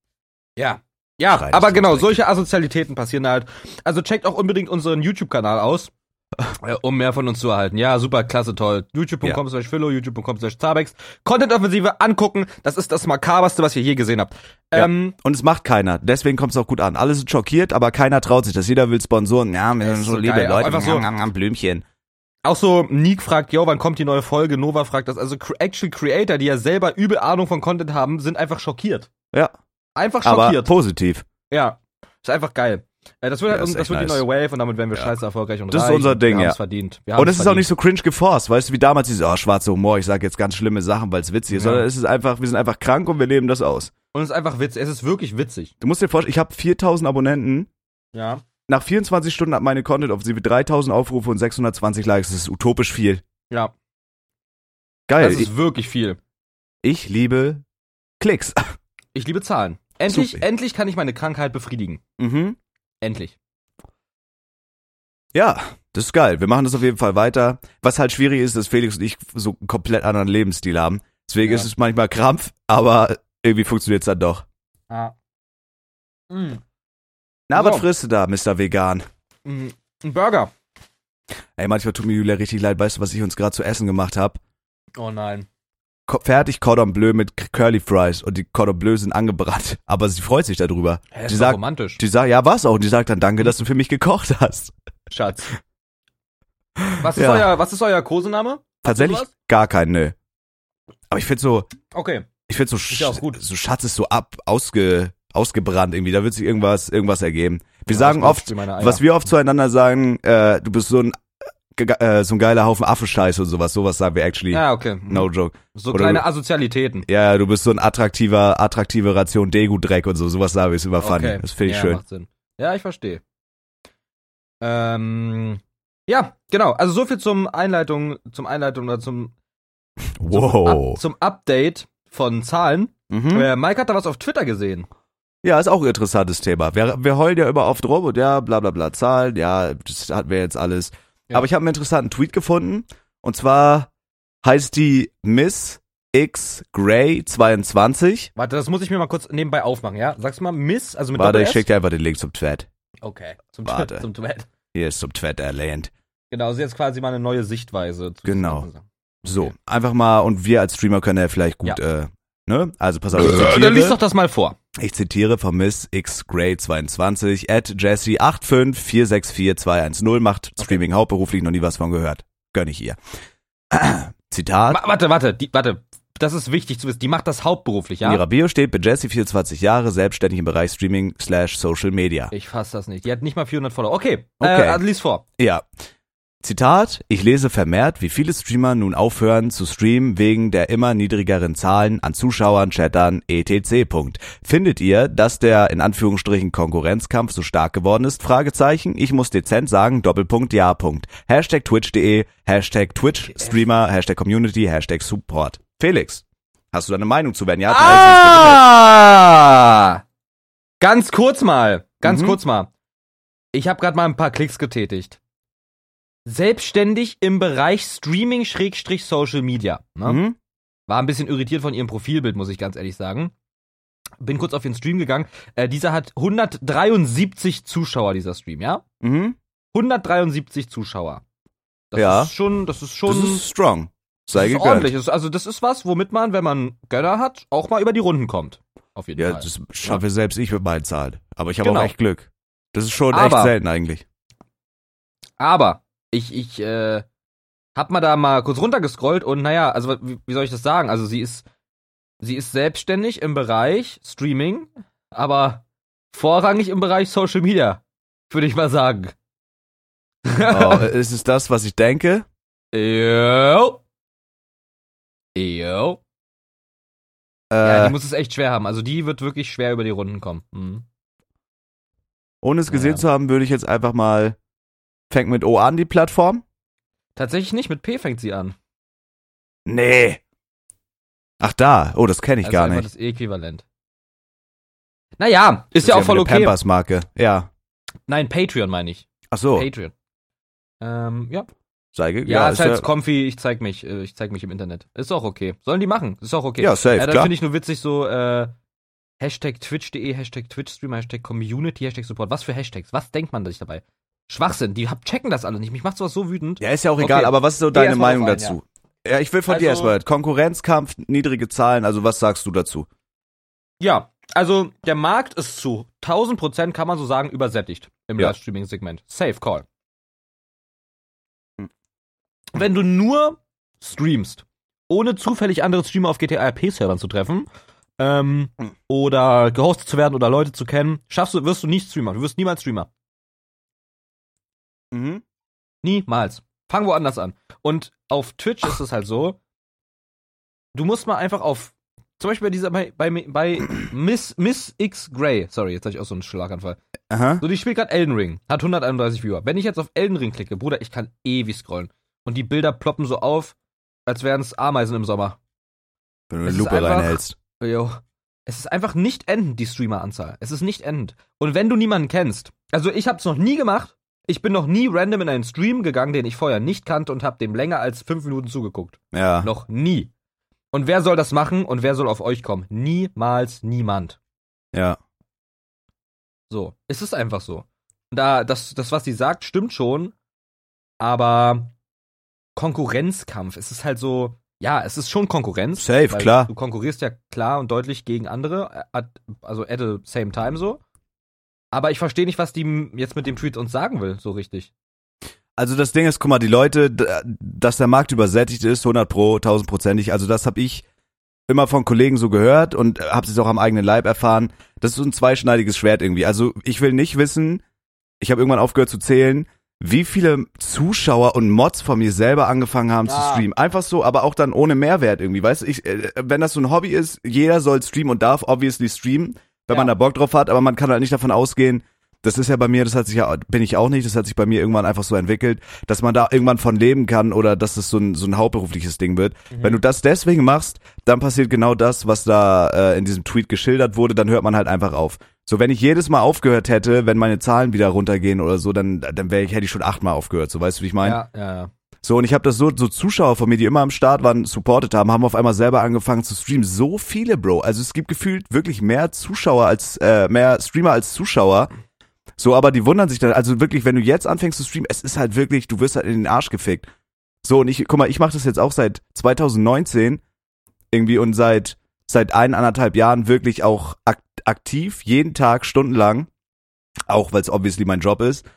S2: Ja. Ja,
S1: Schreien
S2: aber
S1: ist
S2: genau,
S1: das
S2: solche Asozialitäten passieren halt. Also checkt auch unbedingt unseren YouTube-Kanal aus, äh, um mehr von uns zu erhalten. Ja, super, klasse, toll. YouTube.com slash Philo, YouTube.com slash Zabex. Content-Offensive angucken, das ist das Makaberste, was ihr je gesehen habt.
S1: Ja.
S2: Ähm,
S1: Und es macht keiner. Deswegen kommt es auch gut an. Alle sind schockiert, aber keiner traut sich das. Jeder will Sponsoren. Ja, wir
S2: Das
S1: sind
S2: ist
S1: so
S2: so
S1: liebe
S2: geil. Auch
S1: Leute.
S2: einfach so-
S1: Am, am, am Blümchen.
S2: Auch so, Nick fragt, yo, wann kommt die neue Folge? Nova fragt das. Also, cr- actual Creator, die ja selber übel Ahnung von Content haben, sind einfach schockiert.
S1: Ja,
S2: Einfach
S1: aber
S2: schockiert.
S1: positiv.
S2: ja. Ist einfach geil. Äh, das wird, halt,
S1: Ja, ist
S2: uns- das
S1: echt
S2: wird die
S1: nice.
S2: neue Wave und damit werden wir
S1: Ja.
S2: scheiße erfolgreich und
S1: Das ist
S2: reich
S1: unser
S2: und wir
S1: Ding,
S2: haben's
S1: ja.
S2: verdient. Wir
S1: Und
S2: haben's
S1: es ist auch
S2: verdient.
S1: nicht so cringe geforst, weißt du, wie damals dieses, oh, schwarzer Humor, ich sag jetzt ganz schlimme Sachen, weil es witzig ist,
S2: Ja.
S1: sondern es ist einfach, wir sind einfach krank und wir leben das aus.
S2: Und es ist einfach witzig. Es ist wirklich witzig.
S1: Du musst dir vorstellen, ich habe 4000 Abonnenten,
S2: Ja.
S1: nach 24 Stunden hat meine Content-Offensive 3000 Aufrufe und 620 Likes, das ist utopisch viel.
S2: Ja.
S1: Geil,
S2: Das ist wirklich viel.
S1: ich, ich liebe Klicks.
S2: Ich liebe Zahlen. Endlich,
S1: Supi.
S2: endlich kann ich meine Krankheit befriedigen.
S1: mhm.
S2: Endlich.
S1: Ja, das ist geil. Wir machen das auf jeden Fall weiter. Was halt schwierig ist, dass Felix und ich so einen komplett anderen Lebensstil haben. Deswegen
S2: Ja.
S1: ist es manchmal Krampf, aber irgendwie funktioniert's dann doch.
S2: Ah. Mm.
S1: Na,
S2: So.
S1: was frisst du da, Mr. Vegan?
S2: Mm. Ein Burger.
S1: Ey, manchmal tut mir Julia richtig leid. Weißt du, was ich uns gerade zu essen gemacht habe?
S2: Oh nein.
S1: Ko fertig Cordon Bleu mit K- Curly Fries und die Cordon Bleu sind angebrannt. (laughs) Aber sie freut sich darüber.
S2: Hä, ist
S1: die
S2: doch
S1: sagt,
S2: romantisch.
S1: die sagt, ja, war's auch. Und die sagt dann, danke, dass du für mich gekocht hast.
S2: Schatz.
S1: (laughs)
S2: Was ist,
S1: Ja.
S2: euer, was ist euer Kosename?
S1: Tatsächlich
S2: was?
S1: gar kein, nö. Aber ich find so,
S2: Okay.
S1: Ich finde so,
S2: ja
S1: Sch
S2: auch gut.
S1: so Schatz ist so ab, ausge, ausgebrannt irgendwie. Da wird sich irgendwas, irgendwas ergeben. Wir
S2: Ja,
S1: sagen
S2: das ah,
S1: oft,
S2: Beispiel meiner Eier.
S1: was wir oft zueinander sagen, äh, du bist so ein, ge- äh, so ein geiler Haufen Affenscheiß und sowas. Sowas sagen wir actually.
S2: Ja, okay. Mhm.
S1: No joke.
S2: So
S1: Oder-
S2: kleine Asozialitäten.
S1: Ja, du bist so ein attraktiver, attraktive Ration Degu-Dreck und so. Sowas sagen wir ist immer funny. Das finde ich
S2: ja,
S1: schön.
S2: Macht Sinn. Ja, ich verstehe. Ähm, ja, genau. Also so viel zum Einleitung, zum Einleitung oder zum,
S1: Wow.
S2: ab, zum Update von Zahlen.
S1: Mhm.
S2: Äh, Mike hat da was auf Twitter gesehen.
S1: Ja, ist auch ein interessantes Thema. Wir, wir heulen ja immer oft rum und ja, bla bla bla, Zahlen, ja, das hatten wir jetzt alles.
S2: Ja.
S1: Aber ich habe einen interessanten Tweet gefunden und zwar heißt die Miss X Grey 22.
S2: Warte, das muss ich mir mal kurz nebenbei aufmachen, ja? Sag's mal, Miss, also mit
S1: Warte, ich
S2: Doppel-S?
S1: schicke dir einfach den Link zum Tweet.
S2: Okay, zum
S1: Warte.
S2: (laughs) zum Toilette.
S1: Hier ist zum Tweet erlehnt.
S2: Genau, also jetzt quasi mal eine neue Sichtweise. Zu
S1: Genau.
S2: diesen ganzen Sachen.
S1: So, einfach mal und wir als Streamer können ja vielleicht gut, äh, ne? Also pass auf, ich
S2: Äh, Dann lies doch
S1: zitiere,
S2: das mal vor.
S1: ich zitiere von Miss X Grey 22 at Jesse 854644210 macht Streaming hauptberuflich noch nie was von gehört. Gönn ich ihr. (clears throat) Zitat.
S2: Ma warte, warte, die, warte. Das ist wichtig zu wissen. Die macht das hauptberuflich, ja?
S1: In ihrer Bio steht bei Jessie 24 Jahre, selbstständig im Bereich Streaming slash Social Media.
S2: Ich fass das nicht. Die hat nicht mal 400 Follower. Okay,
S1: Okay.
S2: Äh, also lies vor.
S1: Ja. Zitat, ich lese vermehrt, wie viele Streamer nun aufhören zu streamen wegen der immer niedrigeren Zahlen an Zuschauern, Chattern, etc. Punkt. Findet ihr, dass der in Anführungsstrichen Konkurrenzkampf so stark geworden ist? Fragezeichen. Ich muss dezent sagen, Doppelpunkt, ja, Punkt. Hashtag twitch.de, Hashtag Twitch Streamer, Hashtag Community, Hashtag Support. Felix, hast du da eine Meinung zu? Wenn ja,
S2: Ah! Ganz kurz mal, ganz
S1: Mhm.
S2: kurz mal. Ich habe gerade mal ein paar Klicks getätigt. Selbstständig im Bereich Streaming Schrägstrich Social Media. Ne?
S1: Mhm.
S2: War ein bisschen irritiert von ihrem Profilbild, muss ich ganz ehrlich sagen. Bin kurz auf den Stream gegangen. Äh, dieser hat 173 Zuschauer, dieser Stream, ja?
S1: Mhm.
S2: 173 Zuschauer. Das
S1: Ja.
S2: ist schon, das ist schon
S1: Das ist strong. Sei
S2: das ist
S1: gegönnt.
S2: ordentlich. Das ist- Also das ist was, womit man, wenn man Gönner hat, auch mal über die Runden kommt. Auf jeden
S1: Ja,
S2: Fall.
S1: das schaffe selbst ich mit meinen Zahlen. Aber ich habe
S2: Genau.
S1: auch echt Glück. Das ist schon echt
S2: Aber-
S1: selten eigentlich. (laughs)
S2: Aber ich, ich, äh, hab mal da mal kurz runtergescrollt und naja, also wie, wie soll ich das sagen? Also sie ist, sie ist selbstständig im Bereich Streaming, aber vorrangig im Bereich Social Media, würde ich mal sagen.
S1: Oh, ist es das, was ich denke?
S2: Yo. Yo.
S1: Äh,
S2: Ja, die muss es echt schwer haben. Also die wird wirklich schwer über die Runden kommen. Mhm.
S1: ohne es gesehen
S2: Naja.
S1: zu haben, würde ich jetzt einfach mal fängt mit O an die Plattform?
S2: Tatsächlich nicht, mit P fängt sie an.
S1: Nee. Ach da, oh, das kenne ich
S2: Das
S1: gar
S2: ist Also einfach
S1: nicht.
S2: Das Äquivalent. Naja, ist, ist ja auch voll
S1: eine
S2: okay.
S1: Pampers Marke. Ja.
S2: Nein, Patreon meine ich.
S1: Ach so,
S2: Patreon. Ähm, ja.
S1: sei gegönnt.
S2: Ja, ist halt
S1: Oh. ja,
S2: comfy, ich zeig mich, äh, ich zeig mich im Internet. Ist auch okay. Sollen die machen, ist auch okay.
S1: ja, safe,
S2: ja, das
S1: klar.
S2: finde ich nur witzig, so, äh, Hashtag twitch.de, Hashtag Twitchstreamer, Hashtag Community, Hashtag Support. Was für Hashtags? Was denkt man sich dabei? Schwachsinn, die hab, checken das alle nicht. Mich macht sowas so wütend.
S1: Ja, ist ja auch egal,
S2: Okay.
S1: aber was ist so deine
S2: erst mal
S1: Meinung
S2: drauf ein,
S1: dazu? Ja. ich will von dir
S2: Also-
S1: erstmal Konkurrenzkampf, niedrige Zahlen, also was sagst du dazu?
S2: Ja, also der Markt ist zu 1000% kann man so sagen übersättigt im
S1: Ja.
S2: Livestreaming-Segment. Safe Call. Wenn du nur streamst, ohne zufällig andere Streamer auf GTA RP-Servern zu treffen, ähm, oder gehostet zu werden oder Leute zu kennen, schaffst du, wirst du nicht Streamer. Du wirst niemals Streamer.
S1: Mhm.
S2: Niemals. Fang woanders an. Und auf Twitch ist es halt so, du musst mal einfach auf, zum Beispiel bei dieser, bei, bei, bei Miss, Miss X Grey, sorry, jetzt hatte ich auch so einen Schlaganfall.
S1: Aha.
S2: So, die spielt gerade Elden Ring, hat 131 Viewer. Wenn ich jetzt auf Elden Ring klicke, Bruder, ich kann ewig scrollen. Und die Bilder ploppen so auf, als wären es Ameisen im Sommer.
S1: Wenn du eine
S2: Es ist
S1: Lupe
S2: einfach-
S1: reinhältst.
S2: Jo. Es ist einfach nicht endend, die Streameranzahl. Es ist nicht endend. Und wenn du niemanden kennst, also ich hab's noch nie gemacht, ich bin noch nie random in einen Stream gegangen, den ich vorher nicht kannte und hab dem länger als fünf Minuten zugeguckt.
S1: Ja.
S2: Noch nie. Und wer soll das machen und wer soll auf euch kommen? Niemals niemand.
S1: Ja.
S2: So, es ist einfach so. Da, das, das, was sie sagt, stimmt schon, aber Konkurrenzkampf, es ist halt so, ja, es ist schon Konkurrenz.
S1: Safe,
S2: weil
S1: klar.
S2: Du konkurrierst ja klar und deutlich gegen andere, äh, at, also at the same time so. Aber ich verstehe nicht, was die m- jetzt mit dem Tweet uns sagen will, so richtig.
S1: Also das Ding ist, guck mal, die Leute, d- dass der Markt übersättigt ist, 100 pro, 1000-prozentig, also das habe ich immer von Kollegen so gehört und habe es auch am eigenen Leib erfahren. Das ist so ein zweischneidiges Schwert irgendwie. Also ich will nicht wissen, ich habe irgendwann aufgehört zu zählen, wie viele Zuschauer und Mods von mir selber angefangen haben zu
S2: Ja.
S1: streamen. Einfach so, aber auch dann ohne Mehrwert irgendwie. Weißt du, ich, äh, wenn das so ein Hobby ist, jeder soll streamen und darf obviously streamen, wenn
S2: Ja.
S1: man da Bock drauf hat, aber man kann halt nicht davon ausgehen, das ist ja bei mir, das hat sich ja, bin ich auch nicht, das hat sich bei mir irgendwann einfach so entwickelt, dass man da irgendwann von leben kann oder dass das so ein, so ein hauptberufliches Ding wird. Wenn du das deswegen machst, dann passiert genau das, was da äh, in diesem Tweet geschildert wurde, dann hört man halt einfach auf. So, wenn ich jedes Mal aufgehört hätte, wenn meine Zahlen wieder runtergehen oder so, dann, dann wäre ich, hätte ich schon achtmal aufgehört, so weißt du, wie ich meine?
S2: Ja, ja, ja.
S1: So, und ich habe das so, so Zuschauer von mir, die immer am Start waren, supportet haben, haben auf einmal selber angefangen zu streamen. So viele, Bro. Also es gibt gefühlt wirklich mehr Zuschauer als, äh, mehr Streamer als Zuschauer. So, aber die wundern sich dann, also wirklich, wenn du jetzt anfängst zu streamen, es ist halt wirklich, du wirst halt in den Arsch gefickt. So, und ich, guck mal, ich mache das jetzt auch seit 2019 irgendwie und seit, seit ein, anderthalb Jahren wirklich auch ak aktiv, jeden Tag, stundenlang. Auch weil es obviously mein Job ist.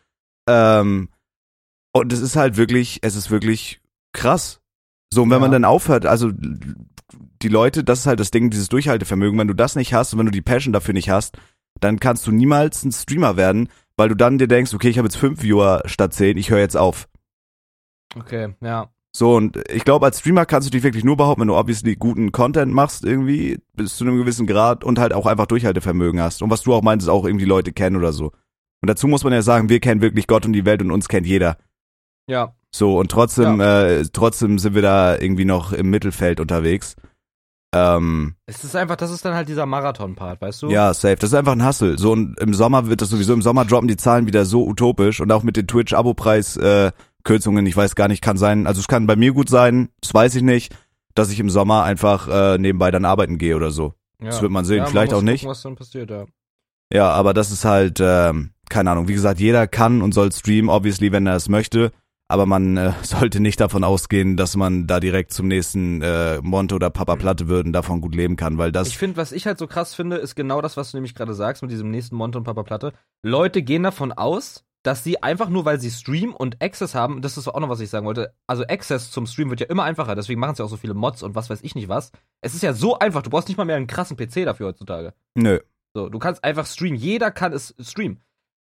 S1: Ähm, und es ist halt wirklich, es ist wirklich krass. So, und wenn
S2: Ja.
S1: man dann aufhört, also die Leute, das ist halt das Ding, dieses Durchhaltevermögen, wenn du das nicht hast und wenn du die Passion dafür nicht hast, dann kannst du niemals ein Streamer werden, weil du dann dir denkst, okay, ich habe jetzt fünf Viewer statt zehn, ich höre jetzt auf.
S2: Okay, ja.
S1: So, und ich glaube, als Streamer kannst du dich wirklich nur behaupten, wenn du obviously guten Content machst irgendwie, bis zu einem gewissen Grad und halt auch einfach Durchhaltevermögen hast. Und was du auch meintest, auch irgendwie Leute kennen oder so. Und dazu muss man ja sagen, wir kennen wirklich Gott und die Welt und uns kennt jeder.
S2: Ja.
S1: So, und trotzdem, äh, trotzdem sind wir da irgendwie noch im Mittelfeld unterwegs. Ähm,
S2: Es ist einfach, das ist dann halt dieser Marathon-Part, weißt du?
S1: ja, safe. Das ist einfach ein Hustle. So, und im Sommer wird das sowieso, im Sommer droppen die Zahlen wieder so utopisch und auch mit den Twitch-Abo-Preis, äh, Kürzungen, ich weiß gar nicht, kann sein, also es kann bei mir gut sein, das weiß ich nicht, dass ich im Sommer einfach äh, nebenbei dann arbeiten gehe oder so.
S2: Ja.
S1: Das wird man sehen,
S2: Ja,
S1: vielleicht
S2: muss
S1: auch nicht.
S2: Gucken, was dann passiert, ja.
S1: Ja, aber das ist halt, ähm, keine Ahnung, wie gesagt, jeder kann und soll streamen, obviously, wenn er es möchte. Aber man äh, (laughs) sollte nicht davon ausgehen, dass man da direkt zum nächsten äh, Monte oder Papa Platte wird und davon gut leben kann, weil
S2: Ich
S1: das.
S2: finde, was ich halt so krass finde, ist genau das, was du nämlich gerade sagst mit diesem nächsten Monte und Papa Platte. Leute gehen davon aus, dass sie einfach nur, weil sie streamen und Access haben, das ist auch noch, was ich sagen wollte. Also Access zum Stream wird ja immer einfacher, deswegen machen es ja auch so viele Mods und was weiß ich nicht was. Es ist ja so einfach, du brauchst nicht mal mehr einen krassen PC dafür heutzutage.
S1: Nö.
S2: So, du kannst einfach streamen, jeder kann es streamen.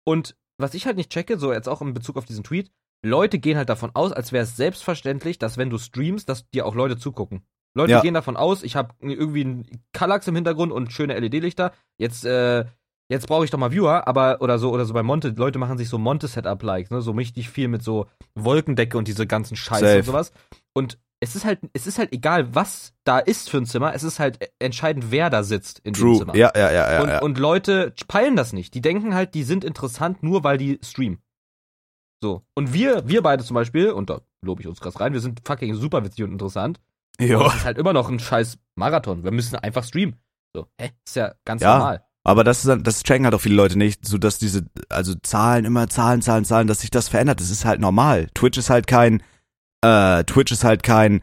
S2: Und was ich halt nicht checke, so jetzt auch in Bezug auf diesen Tweet, Leute gehen halt davon aus, als wäre es selbstverständlich, dass wenn du streamst, dass dir auch Leute zugucken. Leute
S1: Ja.
S2: gehen davon aus, ich habe irgendwie einen Kallax im Hintergrund und schöne LED-Lichter. Jetzt, äh, jetzt brauche ich doch mal Viewer, aber oder so oder so bei Monte. Leute machen sich so Monte-Setup-Likes, ne, so richtig viel mit so Wolkendecke und diese ganzen Scheiße
S1: Safe.
S2: und sowas. Und es ist halt, es ist halt egal, was da ist für ein Zimmer. Es ist halt äh, entscheidend, wer da sitzt in dem
S1: True.
S2: Zimmer.
S1: Ja, ja, ja, ja.
S2: Und,
S1: ja.
S2: und Leute peilen das nicht. Die denken halt, die sind interessant, nur weil die streamen. So. Und wir, wir beide zum Beispiel, und da lobe ich uns krass rein, wir sind fucking super witzig und interessant.
S1: Jo.
S2: Aber es ist halt immer noch ein scheiß Marathon. Wir müssen einfach streamen. So, hä? Ist ja ganz
S1: Ja.
S2: normal.
S1: Aber das, ist, dann- das checken halt auch viele Leute nicht, so dass diese, also Zahlen immer, Zahlen, Zahlen, Zahlen, dass sich das verändert. Das ist halt normal. Twitch ist halt kein, äh, Twitch ist halt kein,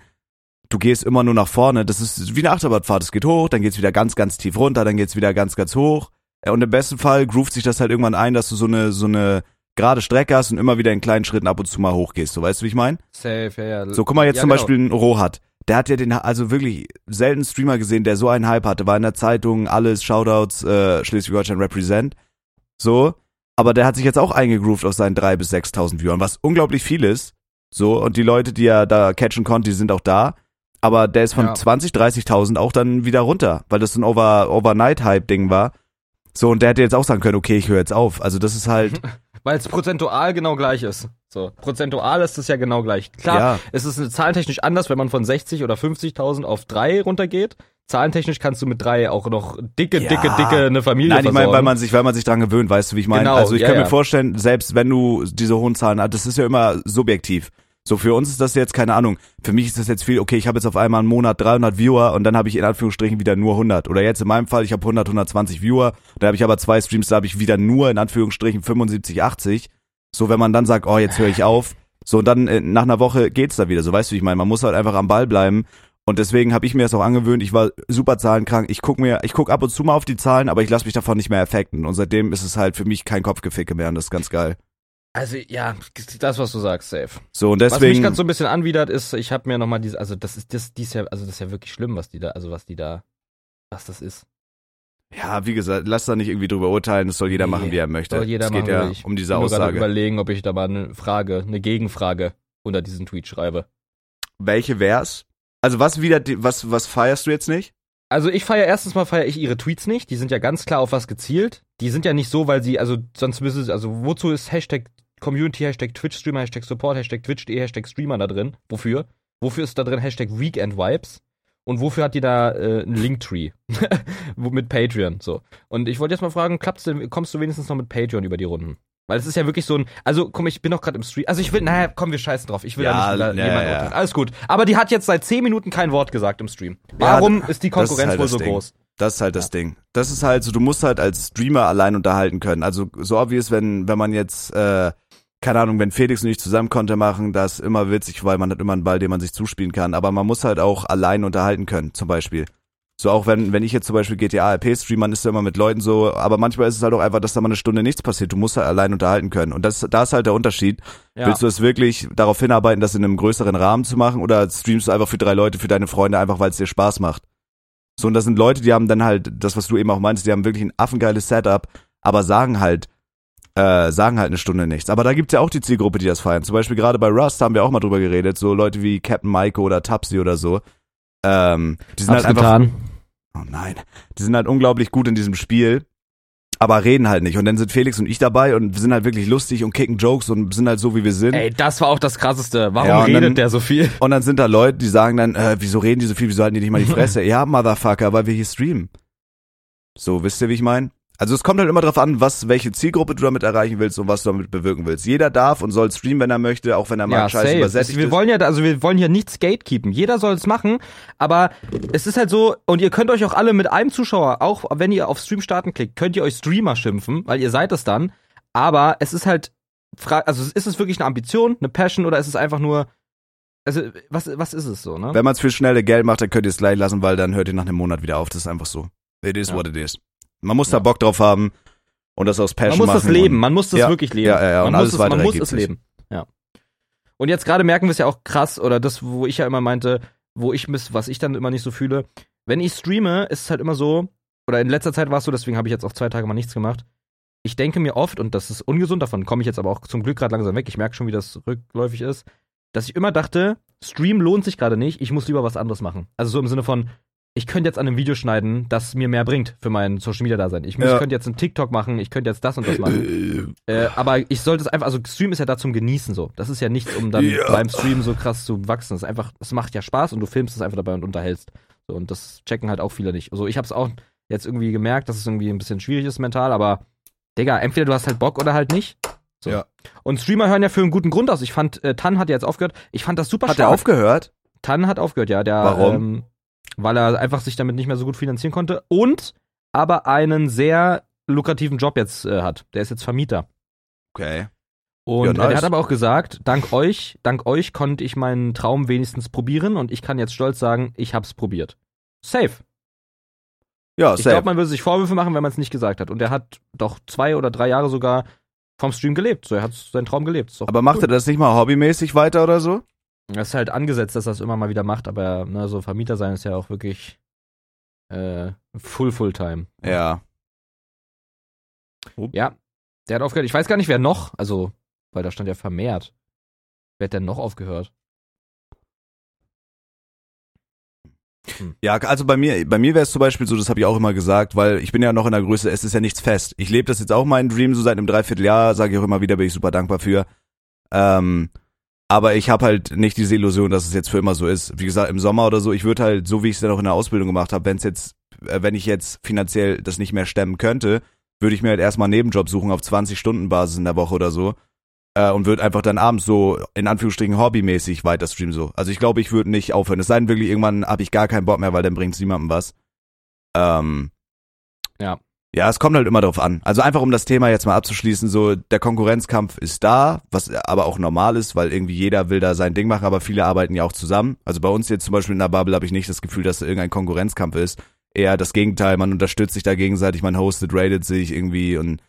S1: du gehst immer nur nach vorne. Das ist wie eine Achterbahnfahrt. Es geht hoch, dann geht's wieder ganz, ganz tief runter, dann geht's wieder ganz, ganz hoch. Äh, Und im besten Fall groovt sich das halt irgendwann ein, dass du so eine, so eine gerade Strecke hast und immer wieder in kleinen Schritten ab und zu mal hochgehst. So weißt du, wie ich meine?
S2: Safe, ja, ja.
S1: So, guck mal jetzt
S2: Ja,
S1: zum
S2: genau.
S1: Beispiel ein Rohat. der hat ja den, also wirklich selten Streamer gesehen, der so einen Hype hatte. War in der Zeitung, alles, Shoutouts, äh, Schleswig-Holstein Represent. So. Aber der hat sich jetzt auch eingegroovt auf seinen 3.000 bis 6.000 Viewern, was unglaublich viel ist. So, und die Leute, die er da catchen konnte, die sind auch da. Aber der ist von
S2: Ja.
S1: 20, 30.000 auch dann wieder runter, weil das so ein Over, Overnight-Hype-Ding war. So, und der hätte jetzt auch sagen können, okay, ich höre jetzt auf. Also das ist
S2: (laughs)
S1: halt,
S2: Weil es prozentual genau gleich ist. So, prozentual ist es ja genau gleich. Klar,
S1: Ja.
S2: es ist eine- zahlentechnisch anders, wenn man von 60 oder 50.000 auf 3 runtergeht. Zahlentechnisch kannst du mit 3 auch noch dicke,
S1: Ja.
S2: dicke, dicke eine Familie
S1: Nein, ich meine,
S2: versorgen.
S1: weil man sich, weil man sich dran gewöhnt, weißt du, wie ich meine?
S2: Genau,
S1: also ich
S2: ja,
S1: kann mir
S2: ja.
S1: vorstellen, selbst wenn du diese hohen Zahlen hast, das ist ja immer subjektiv. So für uns ist das jetzt keine Ahnung. Für mich ist das jetzt viel. Okay, ich habe jetzt auf einmal einen Monat 300 Viewer und dann habe ich in Anführungsstrichen wieder nur 100. Oder jetzt in meinem Fall, ich habe 100, 120 Viewer. Dann habe ich aber zwei Streams, da habe ich wieder nur in Anführungsstrichen 75, 80. So wenn man dann sagt, oh, jetzt höre ich auf. So und dann äh, nach einer Woche geht's da wieder. So weißt du, wie ich meine, man muss halt einfach am Ball bleiben. Und deswegen habe ich mir das auch angewöhnt. Ich war super zahlenkrank. Ich guck mir, ich guck ab und zu mal auf die Zahlen, aber ich lasse mich davon nicht mehr affekten. Und seitdem ist es halt für mich kein Kopfgeficke mehr und das ist ganz geil.
S2: also ja, das was du sagst, safe.
S1: So und
S2: Was mich
S1: deswegen.
S2: ganz so ein bisschen anwidert ist, ich habe mir nochmal diese, also das ist das, dies ja, also das ist ja wirklich schlimm, was die da, also was die da, was das ist.
S1: ja, wie gesagt, lass da nicht irgendwie drüber urteilen. Das soll jeder machen,
S2: Nee,
S1: wie er möchte.
S2: Soll jeder
S1: es
S2: machen,
S1: geht ja
S2: will ich.
S1: um
S2: Ich
S1: diese
S2: will nur gerade
S1: Aussage.
S2: überlegen, ob ich da mal eine Frage, eine Gegenfrage unter diesen Tweet schreibe.
S1: Welche wär's? Also was wieder, die- was was feierst du jetzt nicht?
S2: Also ich feiere erstens mal feiere ich ihre Tweets nicht. Die sind ja ganz klar auf was gezielt. Die sind ja nicht so, weil sie, also sonst müsste es, also wozu ist Hashtag Community, Hashtag Twitch Streamer, Hashtag Support, Hashtag Twitch.de, Hashtag Streamer da drin? Wofür? Wofür ist da drin Hashtag Weekend Vibes? Und wofür hat die da äh, einen Linktree? (laughs) Wo- mit Patreon, so. Und ich wollte jetzt mal fragen, klappst du, kommst du wenigstens noch mit Patreon über die Runden? Weil es ist ja wirklich so ein, also komm, ich bin doch gerade im Stream, also ich will, naja, komm, wir scheißen drauf, ich will
S1: Ja,
S2: ja, da nicht
S1: ja,
S2: ja, jemanden
S1: ja.
S2: urteilen. Alles gut. Aber die hat jetzt seit 10 Minuten kein Wort gesagt im Stream.
S1: Ja,
S2: Warum ist die
S1: das ist
S2: Konkurrenz
S1: halt
S2: wohl
S1: das
S2: so
S1: Ding.
S2: groß?
S1: Das ist halt das Ding. Das ist halt so, du musst halt als Streamer allein unterhalten können. Also so obvious, wenn, wenn man jetzt, äh, keine Ahnung, wenn Felix und ich zusammen Content machen, das ist immer witzig, weil man hat immer einen Ball, den man sich zuspielen kann. Aber man muss halt auch allein unterhalten können, zum Beispiel. So auch wenn, wenn ich jetzt zum Beispiel GTA RP stream, man ist ja immer mit Leuten so, aber manchmal ist es halt auch einfach, dass da mal eine Stunde nichts passiert. Du musst halt allein unterhalten können. Und das, da ist halt der Unterschied.
S2: Ja.
S1: Willst du es wirklich darauf hinarbeiten, das in einem größeren Rahmen zu machen oder streamst du einfach für drei Leute, für deine Freunde, einfach weil es dir Spaß macht? So, und das sind Leute, die haben dann halt, das, was du eben auch meinst, die haben wirklich ein affengeiles Setup, aber sagen halt, äh, sagen halt eine Stunde nichts. Aber da gibt's ja auch die Zielgruppe, die das feiern. Zum Beispiel gerade bei Rust haben wir auch mal drüber geredet, so Leute wie Captain Maiko oder Tapsi oder so. Ähm, die sind halt einfach Oh nein. Die sind halt unglaublich gut in diesem Spiel, aber reden halt nicht. Und dann sind Felix und ich dabei und sind halt wirklich lustig und kicken Jokes und sind halt so, wie wir sind.
S2: Ey, das war auch das Krasseste. Warum
S1: Ja, und
S2: redet
S1: dann-
S2: der so viel?
S1: Und dann sind da Leute, die sagen dann, äh, wieso reden die so viel, wieso halten die nicht mal
S2: (laughs)
S1: die Fresse? ja, Motherfucker, weil wir hier streamen. So, wisst ihr, wie ich meine? Also es kommt halt immer drauf an, was, welche Zielgruppe du damit erreichen willst und was du damit bewirken willst. Jeder darf und soll streamen, wenn er möchte, auch wenn er mal scheiße
S2: safe.
S1: übersättigt
S2: wir
S1: ist.
S2: wollen ja, also wir wollen hier nichts gatekeepen. Jeder soll es machen, aber es ist halt so, und ihr könnt euch auch alle mit einem Zuschauer, auch wenn ihr auf Stream starten klickt, könnt ihr euch Streamer schimpfen, weil ihr seid es dann. Aber es ist halt, fra- also ist es wirklich eine Ambition, eine Passion oder ist es einfach nur, also was, was ist es so, ne?
S1: Wenn man es für schnelle Geld macht, dann könnt ihr es gleich lassen, weil dann hört ihr nach einem Monat wieder auf. Das ist einfach so. It is
S2: Ja.
S1: what it is. Man muss da
S2: Ja.
S1: Bock drauf haben und das aus Passion
S2: Man muss
S1: machen.
S2: das leben,
S1: und-
S2: man muss das
S1: Ja,
S2: wirklich leben.
S1: ja, ja, ja, und
S2: man
S1: alles
S2: muss es,
S1: weitere
S2: man muss
S1: ergibt
S2: es
S1: sich.
S2: leben. Ja. Und jetzt gerade merken wir es ja auch krass, oder das, wo ich ja immer meinte, wo ich miss, was ich dann immer nicht so fühle. Wenn ich streame, ist es halt immer so, oder in letzter Zeit war es so, deswegen habe ich jetzt auch zwei Tage mal nichts gemacht. Ich denke mir oft, und das ist ungesund, davon komme ich jetzt aber auch zum Glück gerade langsam weg, ich merke schon, wie das rückläufig ist, dass ich immer dachte, Stream lohnt sich gerade nicht, ich muss lieber was anderes machen. Also so im Sinne von, ich könnte jetzt an einem Video schneiden, das mir mehr bringt für mein Social Media Dasein. Ich, muss-
S1: Ja.
S2: ich könnte jetzt einen TikTok machen, ich könnte jetzt das und das machen.
S1: (clears throat)
S2: Äh, aber ich sollte es einfach, also Stream ist ja da zum Genießen so. Das ist ja nichts, um dann
S1: Ja.
S2: beim Stream so krass zu wachsen. Es ist einfach, es macht ja Spaß und du filmst es einfach dabei und unterhältst. So, und das checken halt auch viele nicht. Also ich habe es auch jetzt irgendwie gemerkt, dass es irgendwie ein bisschen schwierig ist mental, aber Digga, entweder du hast halt Bock oder halt nicht. So.
S1: Ja.
S2: Und Streamer hören ja für einen guten Grund aus. Ich fand, äh, Tan hat ja jetzt aufgehört. Ich fand das super
S1: Hat er aufgehört?
S2: Tan hat aufgehört, ja. Der,
S1: Warum?
S2: Ähm, weil er einfach sich damit nicht mehr so gut finanzieren konnte und aber einen sehr lukrativen Job jetzt äh, hat. Der ist jetzt Vermieter.
S1: Okay.
S2: Und
S1: Ja,
S2: äh,
S1: nice.
S2: er hat aber auch gesagt, dank euch, dank euch konnte ich meinen Traum wenigstens probieren und ich kann jetzt stolz sagen, ich hab's probiert. Safe.
S1: Ja,
S2: Ich
S1: safe.
S2: glaube, man würde sich Vorwürfe machen, wenn man es nicht gesagt hat. Und er hat doch zwei oder drei Jahre sogar vom Stream gelebt. So, er hat seinen Traum gelebt. Ist doch
S1: Aber macht
S2: cool.
S1: er das nicht mal hobbymäßig weiter oder so?
S2: Das ist halt angesetzt, dass er das immer mal wieder macht, aber ne, so Vermieter sein ist ja auch wirklich äh, full, full time.
S1: Ja.
S2: Ja, der hat aufgehört. Ich weiß gar nicht, wer noch, also, weil da stand ja vermehrt. Wer hat denn noch aufgehört?
S1: Ja, also bei mir, bei mir wäre es zum Beispiel so, das habe ich auch immer gesagt, weil ich bin ja noch in der Größe, es ist ja nichts fest. Ich lebe das jetzt auch meinen Dream, so seit einem Dreivierteljahr, sage ich auch immer wieder, bin ich super dankbar für. Ähm, aber ich habe halt nicht diese Illusion, dass es jetzt für immer so ist. Wie gesagt, im Sommer oder so, ich würde halt, so wie ich es dann auch in der Ausbildung gemacht habe, wenn es jetzt, äh, wenn ich jetzt finanziell das nicht mehr stemmen könnte, würde ich mir halt erstmal einen Nebenjob suchen auf 20-Stunden-Basis in der Woche oder so. Äh, und würde einfach dann abends so, in Anführungsstrichen, hobbymäßig weiter streamen so. Also ich glaube, ich würde nicht aufhören. Es sei denn, wirklich, irgendwann habe ich gar keinen Bock mehr, weil dann bringt es niemandem was. Ähm,
S2: Ja.
S1: Ja, es kommt halt immer drauf an. Also einfach um das Thema jetzt mal abzuschließen, so der Konkurrenzkampf ist da, was aber auch normal ist, weil irgendwie jeder will da sein Ding machen, aber viele arbeiten ja auch zusammen. Also bei uns jetzt zum Beispiel in der Bubble habe ich nicht das Gefühl, dass da irgendein Konkurrenzkampf ist. Eher das Gegenteil, man unterstützt sich da gegenseitig, man hostet, rated sich irgendwie und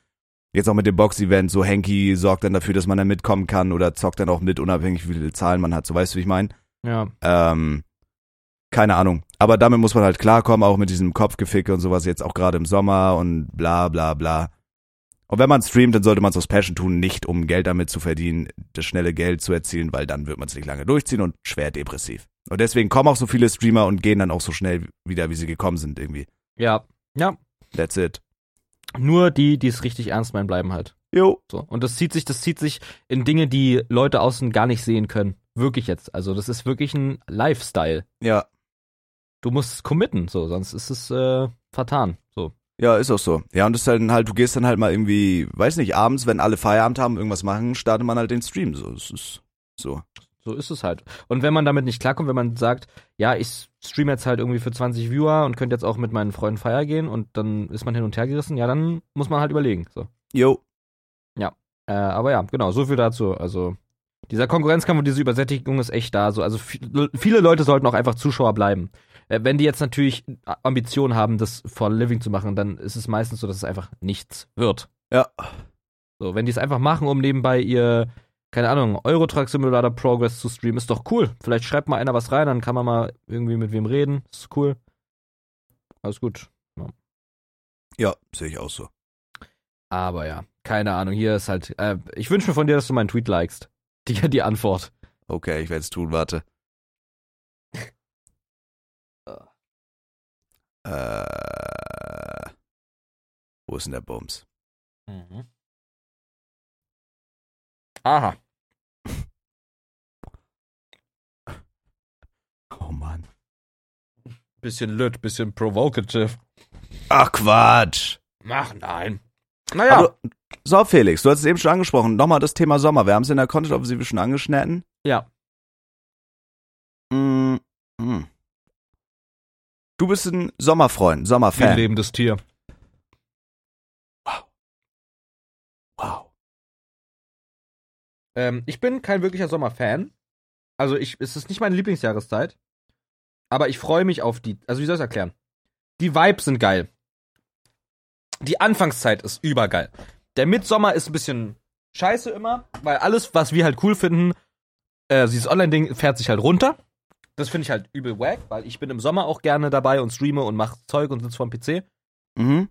S1: jetzt auch mit dem Box-Event, so Henky sorgt dann dafür, dass man da mitkommen kann oder zockt dann auch mit, unabhängig wie viele Zahlen man hat, so weißt du, wie ich meine?
S2: Ja.
S1: Ähm, keine Ahnung. Aber damit muss man halt klarkommen, auch mit diesem Kopfgeficke und sowas, jetzt auch gerade im Sommer und bla bla bla. Und wenn man streamt, dann sollte man es aus Passion tun, nicht um Geld damit zu verdienen, das schnelle Geld zu erzielen, weil dann wird man es nicht lange durchziehen und schwer depressiv. Und deswegen kommen auch so viele Streamer und gehen dann auch so schnell wieder, wie sie gekommen sind, irgendwie.
S2: Ja. Ja.
S1: That's it.
S2: Nur die, die es richtig ernst meinen, bleiben halt.
S1: Jo.
S2: So. Und das zieht sich, das zieht sich in Dinge, die Leute außen gar nicht sehen können. Wirklich jetzt. Also, das ist wirklich ein Lifestyle.
S1: Ja.
S2: Du musst es committen, so, sonst ist es äh, vertan. So.
S1: Ja, ist auch so. Ja, und das ist dann halt, du gehst dann halt mal irgendwie, weiß nicht, abends, wenn alle Feierabend haben, irgendwas machen, startet man halt den Stream. So, es ist so.
S2: So ist es halt. Und wenn man damit nicht klarkommt, wenn man sagt, ja, ich streame jetzt halt irgendwie für 20 Viewer und könnte jetzt auch mit meinen Freunden feiern gehen und dann ist man hin und her gerissen, ja, dann muss man halt überlegen. So.
S1: Jo.
S2: Äh, aber ja, genau, so viel dazu. Also, dieser Konkurrenzkampf und diese Übersättigung ist echt da. So. Also, viel- viele Leute sollten auch einfach Zuschauer bleiben. Äh, wenn die jetzt natürlich Ambitionen haben, das for a living zu machen, dann ist es meistens so, dass es einfach nichts wird.
S1: Ja.
S2: So, wenn die es einfach machen, um nebenbei ihr, keine Ahnung, Eurotruck Simulator Progress zu streamen, ist doch cool. Vielleicht schreibt mal einer was rein, dann kann man mal irgendwie mit wem reden. Ist cool. Alles gut.
S1: Ja, sehe ich auch so.
S2: Aber ja, keine Ahnung. Hier ist halt, äh, ich wünsche mir von dir, dass du meinen Tweet likest. (laughs) Die, die Antwort.
S1: Okay, ich werde es tun, (laughs) warte. Ah. äh, wo ist denn der Bums?
S2: Mhm. Aha.
S1: Oh Mann.
S2: Bisschen lütt, bisschen provocative.
S1: Ach Quatsch.
S2: Ach nein. Naja.
S1: Aber du- So, Felix, du hast es eben schon angesprochen. Nochmal das Thema Sommer. Wir haben es in der Content-Offensive schon angeschnitten.
S2: ja.
S1: Mm, mm. Du bist ein Sommerfreund, Sommerfan.
S2: lebendes Tier.
S1: Wow.
S2: Ähm, ich bin kein wirklicher Sommerfan. Also ich, es ist nicht meine Lieblingsjahreszeit. Aber ich freue mich auf die. Also wie soll ich es erklären? Die Vibes sind geil. Die Anfangszeit ist übergeil. Der Mitsommer ist ein bisschen scheiße immer, weil alles, was wir halt cool finden, äh, dieses Online-Ding fährt sich halt runter. Das finde ich halt übel wack, weil ich bin im Sommer auch gerne dabei und streame und mache Zeug und sitze vorm PC.
S1: Mhm.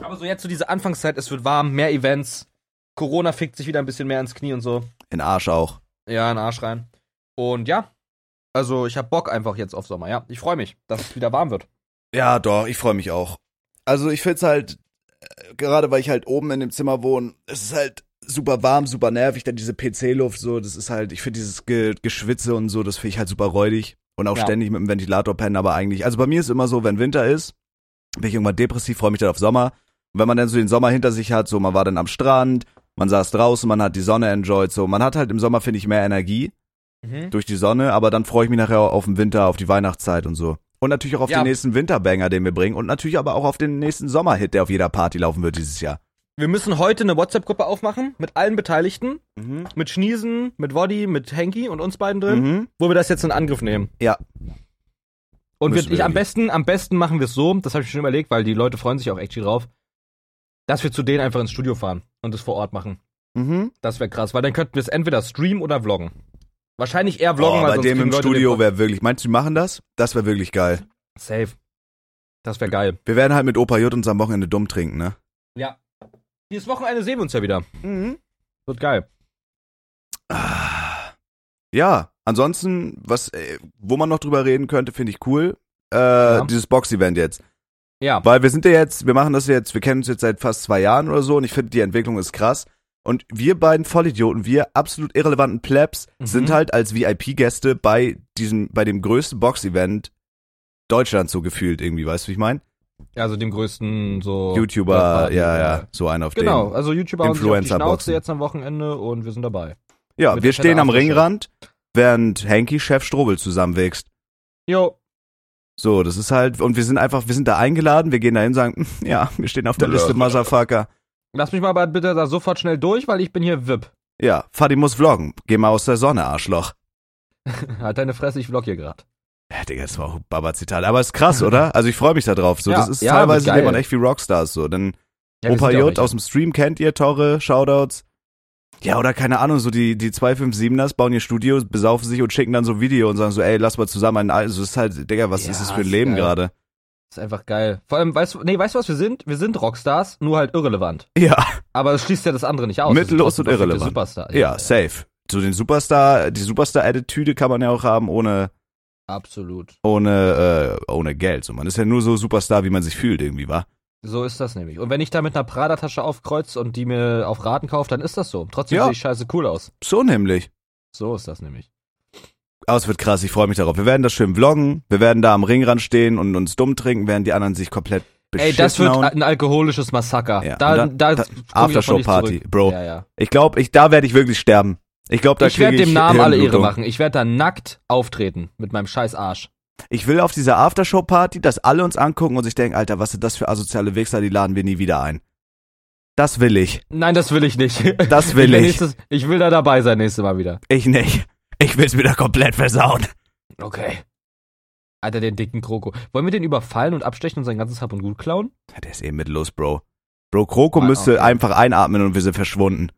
S2: Aber so jetzt zu so dieser Anfangszeit, es wird warm, mehr Events, Corona fickt sich wieder ein bisschen mehr ins Knie und so.
S1: In Arsch auch.
S2: Ja, in den Arsch rein. Und ja, also ich hab Bock einfach jetzt auf Sommer, ja. Ich freue mich, dass es wieder warm wird.
S1: Ja, doch, ich freue mich auch. Also ich find's halt, äh, gerade weil ich halt oben in dem Zimmer wohne, es ist halt super warm, super nervig, dann diese PC-Luft so, das ist halt, ich find dieses Ge Geschwitze und so, das find ich halt super räudig. Und auch
S2: Ja.
S1: ständig mit dem Ventilator pennen, aber eigentlich, also bei mir ist immer so, wenn Winter ist, bin ich irgendwann depressiv, freue mich dann auf Sommer. Und wenn man dann so den Sommer hinter sich hat, so man war dann am Strand, man saß draußen, man hat die Sonne enjoyed, so man hat halt im Sommer, finde ich, mehr Energie durch die Sonne, aber dann freue ich mich nachher auf den Winter, auf die Weihnachtszeit und so. Und natürlich auch auf
S2: Ja.
S1: den nächsten Winterbanger, den wir bringen. Und natürlich aber auch auf den nächsten Sommerhit, der auf jeder Party laufen wird dieses Jahr.
S2: Wir müssen heute eine WhatsApp-Gruppe aufmachen mit allen Beteiligten, mit Schniesen, mit Woddy, mit Henki und uns beiden drin,
S1: Mhm.
S2: wo wir das jetzt in Angriff nehmen.
S1: Ja.
S2: Und
S1: Müssen
S2: wir, ich,
S1: wir
S2: am
S1: irgendwie.
S2: besten, am besten machen wir es so, das habe ich schon überlegt, weil die Leute freuen sich auch echt viel drauf, dass wir zu denen einfach ins Studio fahren und es vor Ort machen.
S1: Mhm.
S2: Das wäre krass, weil dann könnten wir es entweder streamen oder vloggen. Wahrscheinlich eher vloggen,
S1: Boah, Oh,
S2: weil
S1: bei
S2: sonst
S1: dem
S2: kriegen
S1: im
S2: Leute den
S1: Studio
S2: Pod-
S1: wäre wirklich. Meinst du, die machen das? Das wäre wirklich geil.
S2: Safe. Das wäre geil.
S1: Wir werden halt mit Opa J uns am Wochenende dumm trinken, ne?
S2: Ja. Dieses Wochenende sehen wir uns ja wieder.
S1: Mhm.
S2: Wird geil.
S1: Ah. Ja, ansonsten, was, äh, wo man noch drüber reden könnte, finde ich cool. Äh, Dieses Box-Event jetzt.
S2: Ja.
S1: Weil wir sind ja jetzt, wir machen das jetzt, wir kennen uns jetzt seit fast zwei Jahren oder so und ich finde, die Entwicklung ist krass. Und wir beiden Vollidioten, wir absolut irrelevanten Plebs,
S2: Mhm.
S1: sind halt als VIP-Gäste bei diesem, bei dem größten Box-Event Deutschland so gefühlt irgendwie, weißt du, wie ich meine?
S2: Also dem größten so.
S1: YouTuber, ja, ja, so einer auf
S2: Genau,
S1: dem.
S2: also YouTuber haben sich auf die
S1: Influencer
S2: Schnauze
S1: boxen.
S2: jetzt am Wochenende und wir sind dabei.
S1: Ja,
S2: mit
S1: wir
S2: der Tele
S1: stehen am
S2: Aftershow.
S1: Ringrand, während Henki Chef Strobel zusammenwächst.
S2: Jo.
S1: So, das ist halt, und wir sind einfach, wir sind da eingeladen, wir gehen da hin und sagen, (laughs) ja, wir stehen auf der Liste, Motherfucker.
S2: Lass mich mal aber bitte da sofort schnell durch, weil ich bin hier VIP.
S1: Ja, Fadi muss vloggen, geh mal aus der Sonne, Arschloch.
S2: (laughs) Halt deine Fresse, ich vlog hier gerade.
S1: Ja, Äh, Digga, das war auch ein Baba-Zitat, aber ist krass,
S2: (laughs)
S1: oder? Also ich freue mich da drauf, so,
S2: Ja,
S1: das ist
S2: ja,
S1: teilweise,
S2: wird
S1: lebt man
S2: geil.
S1: echt wie Rockstars, so, denn
S2: Ja, wir
S1: Opa
S2: sind ja auch
S1: J
S2: echt-
S1: aus dem Stream kennt ihr, Torre, Shoutouts. Ja, oder keine Ahnung, so die, die 257ers bauen ihr Studio, besaufen sich und schicken dann so ein Video und sagen so, ey, lass mal zusammen ein, also das ist halt, Digga, was
S2: Ja,
S1: ist das für ein
S2: ist
S1: Leben
S2: geil.
S1: gerade?
S2: Ist einfach geil. Vor allem, weißt du, nee, weißt du, was wir sind? Wir sind Rockstars, nur halt irrelevant.
S1: Ja,
S2: Aber das schließt ja das andere nicht aus. Wir sind
S1: Mittellos
S2: trotzdem
S1: und
S2: perfekte
S1: irrelevant.
S2: Superstar.
S1: ja, safe. So den Superstar, die Superstar-Attitüde kann man ja auch haben ohne,
S2: Absolut.
S1: ohne, äh, ohne Geld. So, man ist ja nur so Superstar, wie man sich fühlt irgendwie, wa?
S2: So ist das nämlich. Und wenn ich da mit einer Prada-Tasche aufkreuze und die mir auf Raten kaufe, dann ist das so. Trotzdem
S1: Ja.
S2: sehe ich scheiße cool aus.
S1: So nämlich.
S2: So ist das nämlich.
S1: Aber es wird krass, ich freue mich darauf. Wir werden das schön vloggen, wir werden da am Ringrand stehen und uns dumm trinken, während die anderen sich komplett beschissen
S2: Ey, das wird
S1: hauen.
S2: ein alkoholisches Massaker.
S1: Ja,
S2: Da,
S1: und
S2: da,
S1: da-
S2: guck ich auch von nicht
S1: Aftershow-Party,
S2: zurück.
S1: Bro.
S2: Ja, ja.
S1: Ich glaube, ich, da werde ich wirklich sterben. Ich glaube, da
S2: ich werde
S1: kriege ich
S2: dem Namen alle Ehre
S1: Hirnblutung.
S2: machen. Ich werde da nackt auftreten mit meinem scheiß Arsch.
S1: Ich will auf dieser Aftershow-Party, dass alle uns angucken und sich denken, Alter, was sind das für asoziale Wichser, die laden wir nie wieder ein. Das will ich.
S2: Nein, das will ich nicht. (laughs)
S1: Das will
S2: will
S1: ich.
S2: Nächstes, ich will da dabei sein nächstes Mal wieder.
S1: Ich nicht. Ich will's wieder komplett versauen.
S2: Okay. Alter, den dicken Kroko. Wollen wir den überfallen und abstechen und sein ganzes Hab und Gut klauen?
S1: Der ist eh mittellos, Bro. Bro, Kroko
S2: Ah,
S1: müsste
S2: okay.
S1: einfach einatmen und wir sind verschwunden.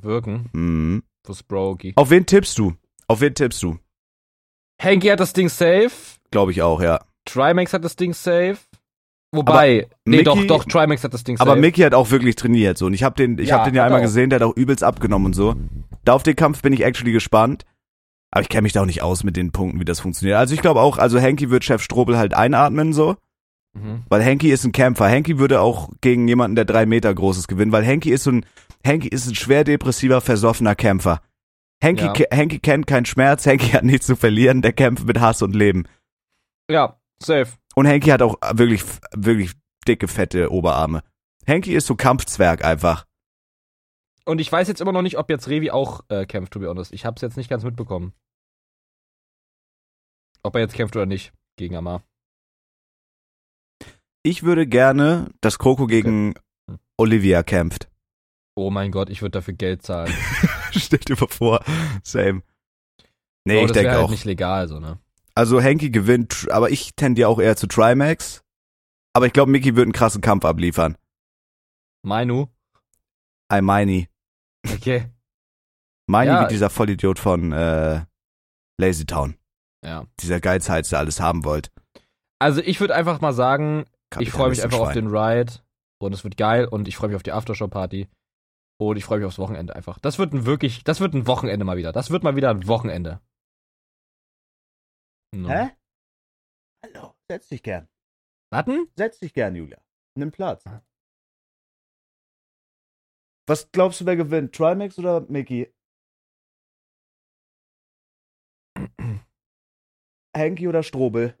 S2: Wirken.
S1: Mhm.
S2: Fürs Brogi.
S1: Auf wen tippst du? Auf wen tippst du?
S2: Hanky hat das Ding safe.
S1: Glaube ich auch, ja.
S2: Trimax hat das Ding safe. Wobei, nee,
S1: Mickey-
S2: doch, doch, Trimax hat das Ding safe.
S1: Aber Mickey hat auch wirklich trainiert so und ich habe den ich
S2: Ja,
S1: hab den ja
S2: hat er
S1: einmal
S2: auch.
S1: gesehen, der hat auch übelst abgenommen und so. Da auf den Kampf bin ich actually gespannt. Aber ich kenne mich da auch nicht aus mit den Punkten, wie das funktioniert. Also ich glaube auch, also Henki wird Chef Strobel halt einatmen so,
S2: Mhm.
S1: weil Henki ist ein Kämpfer. Henki würde auch gegen jemanden, der drei Meter groß ist, gewinnen, weil Henki ist so ein Henki ist ein schwer depressiver, versoffener Kämpfer. Henki,
S2: Ja.
S1: ke Henki kennt keinen Schmerz, Henki hat nichts zu verlieren, der kämpft mit Hass und Leben.
S2: Ja, safe.
S1: Und Henki hat auch wirklich, wirklich dicke, fette Oberarme. Henki ist so Kampfzwerg einfach.
S2: Und ich weiß jetzt immer noch nicht, ob jetzt Revi auch äh, kämpft, to be honest. Ich hab's jetzt nicht ganz mitbekommen. Ob er jetzt kämpft oder nicht gegen Amar.
S1: Ich würde gerne, dass Kroko gegen Olivia
S2: (laughs)
S1: kämpft.
S2: Oh mein Gott, ich würde dafür Geld zahlen.
S1: Stell dir mal vor. Same. Nee,
S2: oh,
S1: ich
S2: das wär
S1: denke
S2: halt
S1: auch.
S2: nicht legal, so, ne?
S1: Also Henki gewinnt, tr- aber ich tendiere auch eher zu Trimax. Aber ich glaube, Mickey wird einen krassen Kampf abliefern.
S2: Manu.
S1: I meini.
S2: Okay.
S1: Meini
S2: Ja.
S1: wie dieser Vollidiot von äh, Lazy Town.
S2: Ja.
S1: Dieser Geizhals, der alles haben wollte.
S2: Also ich würde einfach mal sagen, ich freue mich einfach auf
S1: Kapitalistenschwein.
S2: den Ride und es wird geil und ich freue mich auf die Aftershow-Party und ich freue mich aufs Wochenende einfach. Das wird ein wirklich, das wird ein Wochenende mal wieder. Das wird mal wieder ein Wochenende. No.
S1: Hä? Hallo, setz dich gern.
S2: Warten?
S1: Setz dich gern, Julia. Nimm Platz. Was glaubst du, wer gewinnt? Trimax oder Mickey? Hanky oder Strobel?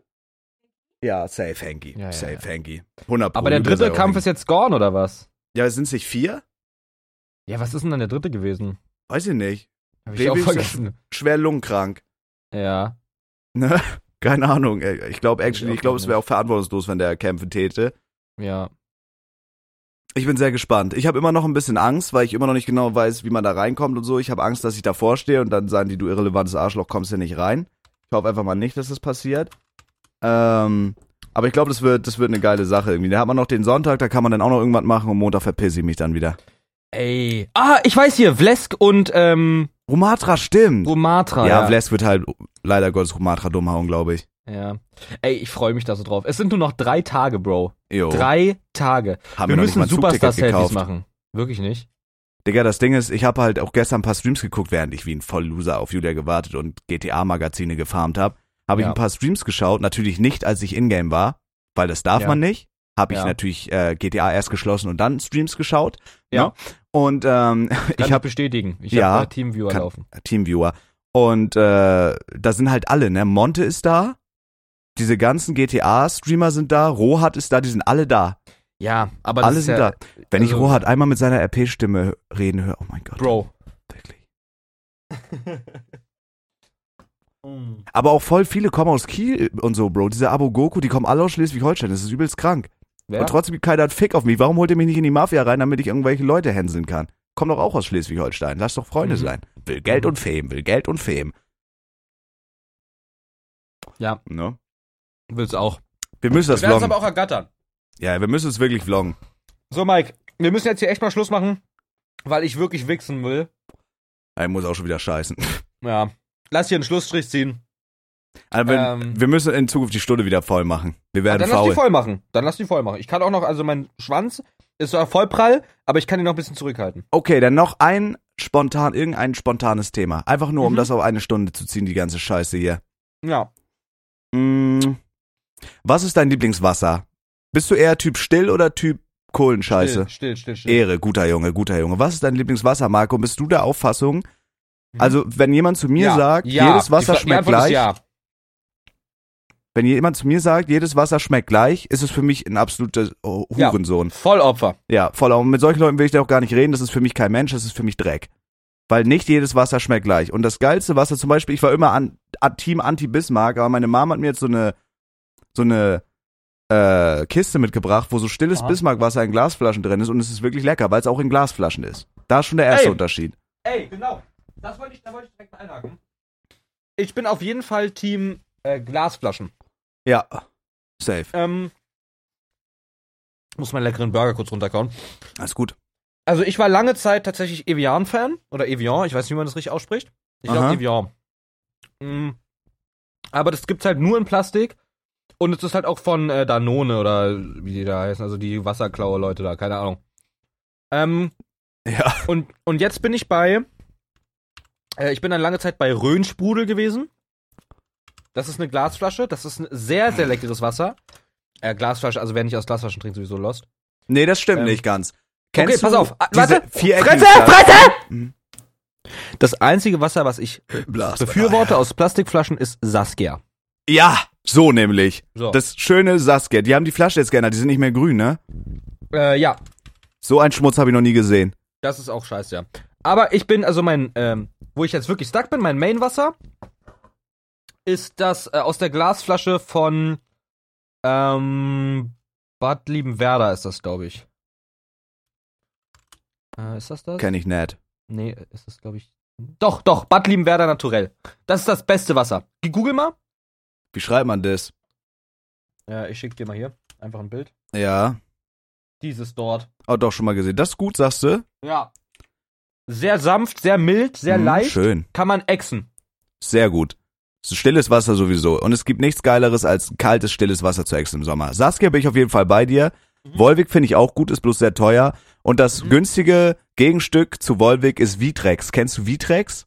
S1: Ja, safe Hanky.
S2: Ja, ja,
S1: safe
S2: ja.
S1: Hanky. 100
S2: Aber der dritte Kampf ist jetzt gone oder was?
S1: Ja, sind es nicht vier?
S2: Ja, was ist denn dann der dritte gewesen?
S1: Weiß ich nicht.
S2: Hab ich
S1: Revi
S2: auch
S1: ist-
S2: vergessen.
S1: Schwer lungenkrank. (laughs)
S2: Ja.
S1: Ne? Keine Ahnung. ey. Ich glaube, actually,
S2: auch
S1: ich glaube, es wäre
S2: nicht.
S1: auch verantwortungslos, wenn der kämpfen täte.
S2: Ja.
S1: Ich bin sehr gespannt. Ich habe immer noch ein bisschen Angst, weil ich immer noch nicht genau weiß, wie man da reinkommt und so. Ich habe Angst, dass ich davor stehe und dann sagen die, du irrelevantes Arschloch, kommst hier nicht rein. Ich hoffe einfach mal nicht, dass das passiert. Ähm, aber ich glaube, das wird, das wird eine geile Sache irgendwie. Da hat man noch den Sonntag, da kann man dann auch noch irgendwas machen und Montag verpisse ich mich dann wieder.
S2: Ey. Ah, ich weiß hier, Vlesk und ähm
S1: Rumatra stimmt.
S2: Romatra.
S1: ja, Vles wird halt leider Gottes Rumatra dummhauen, glaube ich.
S2: ja. Ey, ich freue mich da so drauf. Es sind nur noch drei Tage, Bro.
S1: Jo,
S2: Drei Tage.
S1: haben
S2: wir
S1: noch nicht
S2: müssen
S1: mal ein Zugticket
S2: Superstar-Selfies
S1: gekauft.
S2: machen. Wirklich nicht?
S1: Digga, das Ding ist, ich habe halt auch gestern ein paar Streams geguckt, während ich wie ein Vollloser auf Julia gewartet und GTA-Magazine gefarmt habe. Habe ich
S2: Ja.
S1: ein paar Streams geschaut, natürlich nicht, als ich in-game war, weil das darf
S2: Ja.
S1: man nicht. Habe ich
S2: Ja.
S1: natürlich äh, GTA erst geschlossen und dann Streams geschaut.
S2: Ja.
S1: Ne? Und ähm, (laughs) (laughs)
S2: Kann
S1: ich habe
S2: bestätigen. Ich
S1: Ja,
S2: habe Teamviewer
S1: kann-
S2: laufen.
S1: Teamviewer. Und äh, da sind halt alle, ne? Monte ist da, diese ganzen GTA-Streamer sind da, Rohat ist da, die sind alle da.
S2: Ja, aber das
S1: alle
S2: ist
S1: sind
S2: ja,
S1: da. Wenn ich
S2: also-
S1: Rohat einmal mit seiner RP-Stimme reden höre, oh mein Gott.
S2: Bro.
S1: Wirklich. Aber auch voll viele kommen aus Kiel und so, Bro. Diese Abo Goku, die kommen alle aus Schleswig-Holstein. Das ist übelst krank.
S2: Wer?
S1: Und trotzdem gibt keiner einen Fick auf mich. Warum holt ihr mich nicht in die Mafia rein, damit ich irgendwelche Leute hänseln kann? Komm doch auch aus Schleswig-Holstein. Lass doch Freunde
S2: Mhm.
S1: sein. Will Geld
S2: Mhm.
S1: und Fame, will Geld und Fame.
S2: Ja.
S1: Ne?
S2: Willst auch.
S1: Wir müssen das
S2: wir werden es
S1: vloggen.
S2: aber auch ergattern.
S1: Ja, wir müssen es wirklich vloggen.
S2: So, Mike, wir müssen jetzt hier echt mal Schluss machen, weil ich wirklich wichsen will.
S1: Ich muss auch schon wieder scheißen.
S2: Ja. Lass hier einen Schlussstrich ziehen.
S1: Aber Also wir-
S2: Ähm.
S1: wir müssen in Zukunft die Stunde wieder voll machen. Wir werden
S2: Ah, dann lass die
S1: faul.
S2: voll machen. Dann lass die voll machen. Ich kann auch noch, also mein Schwanz ist zwar voll prall, aber ich kann ihn noch ein bisschen zurückhalten.
S1: Okay, dann noch ein spontan, irgendein spontanes Thema. Einfach nur, um
S2: Mhm.
S1: das auf eine Stunde zu ziehen, die ganze Scheiße hier.
S2: Ja.
S1: Mm. Was ist dein Lieblingswasser? Bist du eher Typ still oder Typ Kohlenscheiße?
S2: Still, still, still. still.
S1: Ehre, guter Junge, guter Junge. Was ist dein Lieblingswasser, Marco? Bist du der Auffassung? Also, wenn jemand zu mir
S2: Mhm. ja.
S1: sagt,
S2: ja.
S1: jedes Wasser
S2: Die Fra- die
S1: schmeckt
S2: Antwort ist
S1: gleich,
S2: Ja.
S1: wenn jemand zu mir sagt, jedes Wasser schmeckt gleich, ist es für mich ein absoluter oh,
S2: Ja.
S1: Hurensohn.
S2: Vollopfer.
S1: Ja, voll. Und mit solchen Leuten will ich da auch gar nicht reden. Das ist für mich kein Mensch, das ist für mich Dreck. Weil nicht jedes Wasser schmeckt gleich. Und das geilste Wasser zum Beispiel, ich war immer an, an Team Anti-Bismarck, aber meine Mom hat mir jetzt so eine, so eine äh, Kiste mitgebracht, wo so stilles
S2: Aha.
S1: Bismarckwasser in Glasflaschen drin ist und es ist wirklich lecker, weil es auch in Glasflaschen ist. Da ist schon der erste
S2: Ey.
S1: Unterschied.
S2: Ey, genau. Das wollte ich, da wollte ich direkt mal einhaken. Ich bin auf jeden Fall Team äh, Glasflaschen.
S1: Ja. Safe.
S2: Ähm, muss meinen leckeren Burger kurz runterkauen.
S1: Alles gut.
S2: Also ich war lange Zeit tatsächlich Evian-Fan. Oder Evian, ich weiß nicht, wie man das richtig ausspricht. Ich glaube
S1: Aha.
S2: Evian. Mm. Aber das gibt's halt nur in Plastik. Und es ist halt auch von äh, Danone oder wie die da heißen. Also die Wasserklaue-Leute da, keine Ahnung. Ähm,
S1: Ja.
S2: und, und jetzt bin ich bei. Äh, ich bin dann lange Zeit bei Rhönsprudel gewesen. Das ist eine Glasflasche. Das ist ein sehr, sehr leckeres Wasser. Äh, Glasflasche, also wer nicht aus Glasflaschen trinkt, sowieso lost.
S1: Nee, das stimmt
S2: Ähm.
S1: nicht ganz.
S2: Okay,
S1: Kennst
S2: pass
S1: du
S2: auf. Ah,
S1: diese
S2: Warte!
S1: viereckigen
S2: Fresse!
S1: Flaschen?
S2: Fresse!
S1: Mhm.
S2: Das einzige Wasser, was ich befürworte aus Plastikflaschen, ist Saskia.
S1: Ja, so nämlich.
S2: So.
S1: Das schöne Saskia. Die haben die Flasche jetzt geändert, die sind nicht mehr grün, ne?
S2: Äh, ja,
S1: So einen Schmutz habe ich noch nie gesehen.
S2: das ist auch scheiße, ja. Aber ich bin, also mein, ähm, wo ich jetzt wirklich stuck bin, mein Mainwasser ist das äh, aus der Glasflasche von ähm, Bad Liebenwerda ist das, glaube ich. Äh, ist das das?
S1: Kenn ich nicht.
S2: Nee, ist das, glaube ich. Doch, doch, Bad Liebenwerda Naturell. Das ist das beste Wasser. Geh- Google mal.
S1: Wie schreibt man das?
S2: Ja, Äh, ich schick dir mal hier einfach ein Bild.
S1: Ja.
S2: Dieses dort.
S1: Oh, doch, schon mal gesehen. Das ist gut, sagst du?
S2: Ja. Sehr sanft, sehr mild, sehr
S1: Mhm,
S2: leicht.
S1: Schön.
S2: Kann man exen.
S1: Sehr gut. Es ist stilles Wasser sowieso. Und es gibt nichts Geileres als kaltes, stilles Wasser zu exen im Sommer. Saskia bin ich auf jeden Fall bei dir.
S2: Mhm.
S1: Wolwig finde ich auch gut, ist bloß sehr teuer. Und das günstige Gegenstück zu Wolwig ist Vitrex. Kennst du Vitrex?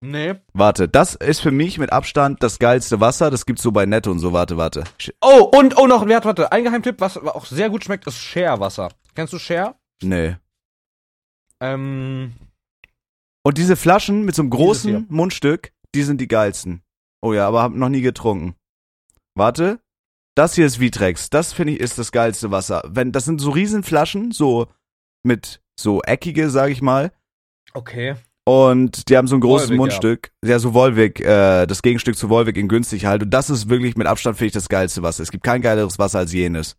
S2: Nee.
S1: Warte, das ist für mich mit Abstand das geilste Wasser. Das gibt's so bei Netto und so. Warte, warte. Sch-
S2: Oh, und, oh, noch, warte, warte. Ein Geheimtipp, was auch sehr gut schmeckt, ist Share-Wasser. Kennst du Share?
S1: Nee.
S2: Ähm,
S1: Und diese Flaschen mit so einem
S2: Dieses
S1: großen Mundstück, die sind die geilsten. Oh ja, aber hab noch nie getrunken. Warte. Das hier ist Vitrex. Das finde ich ist das geilste Wasser. Wenn das sind so riesen Flaschen, so mit so eckige, sag ich mal,
S2: okay.
S1: und die haben so ein großes
S2: Volvic, ja.
S1: Mundstück. Ja, so Wolwig, äh, das Gegenstück zu Wolwig in günstig halt und das ist wirklich mit Abstand finde ich das geilste Wasser. Es gibt kein geileres Wasser als jenes.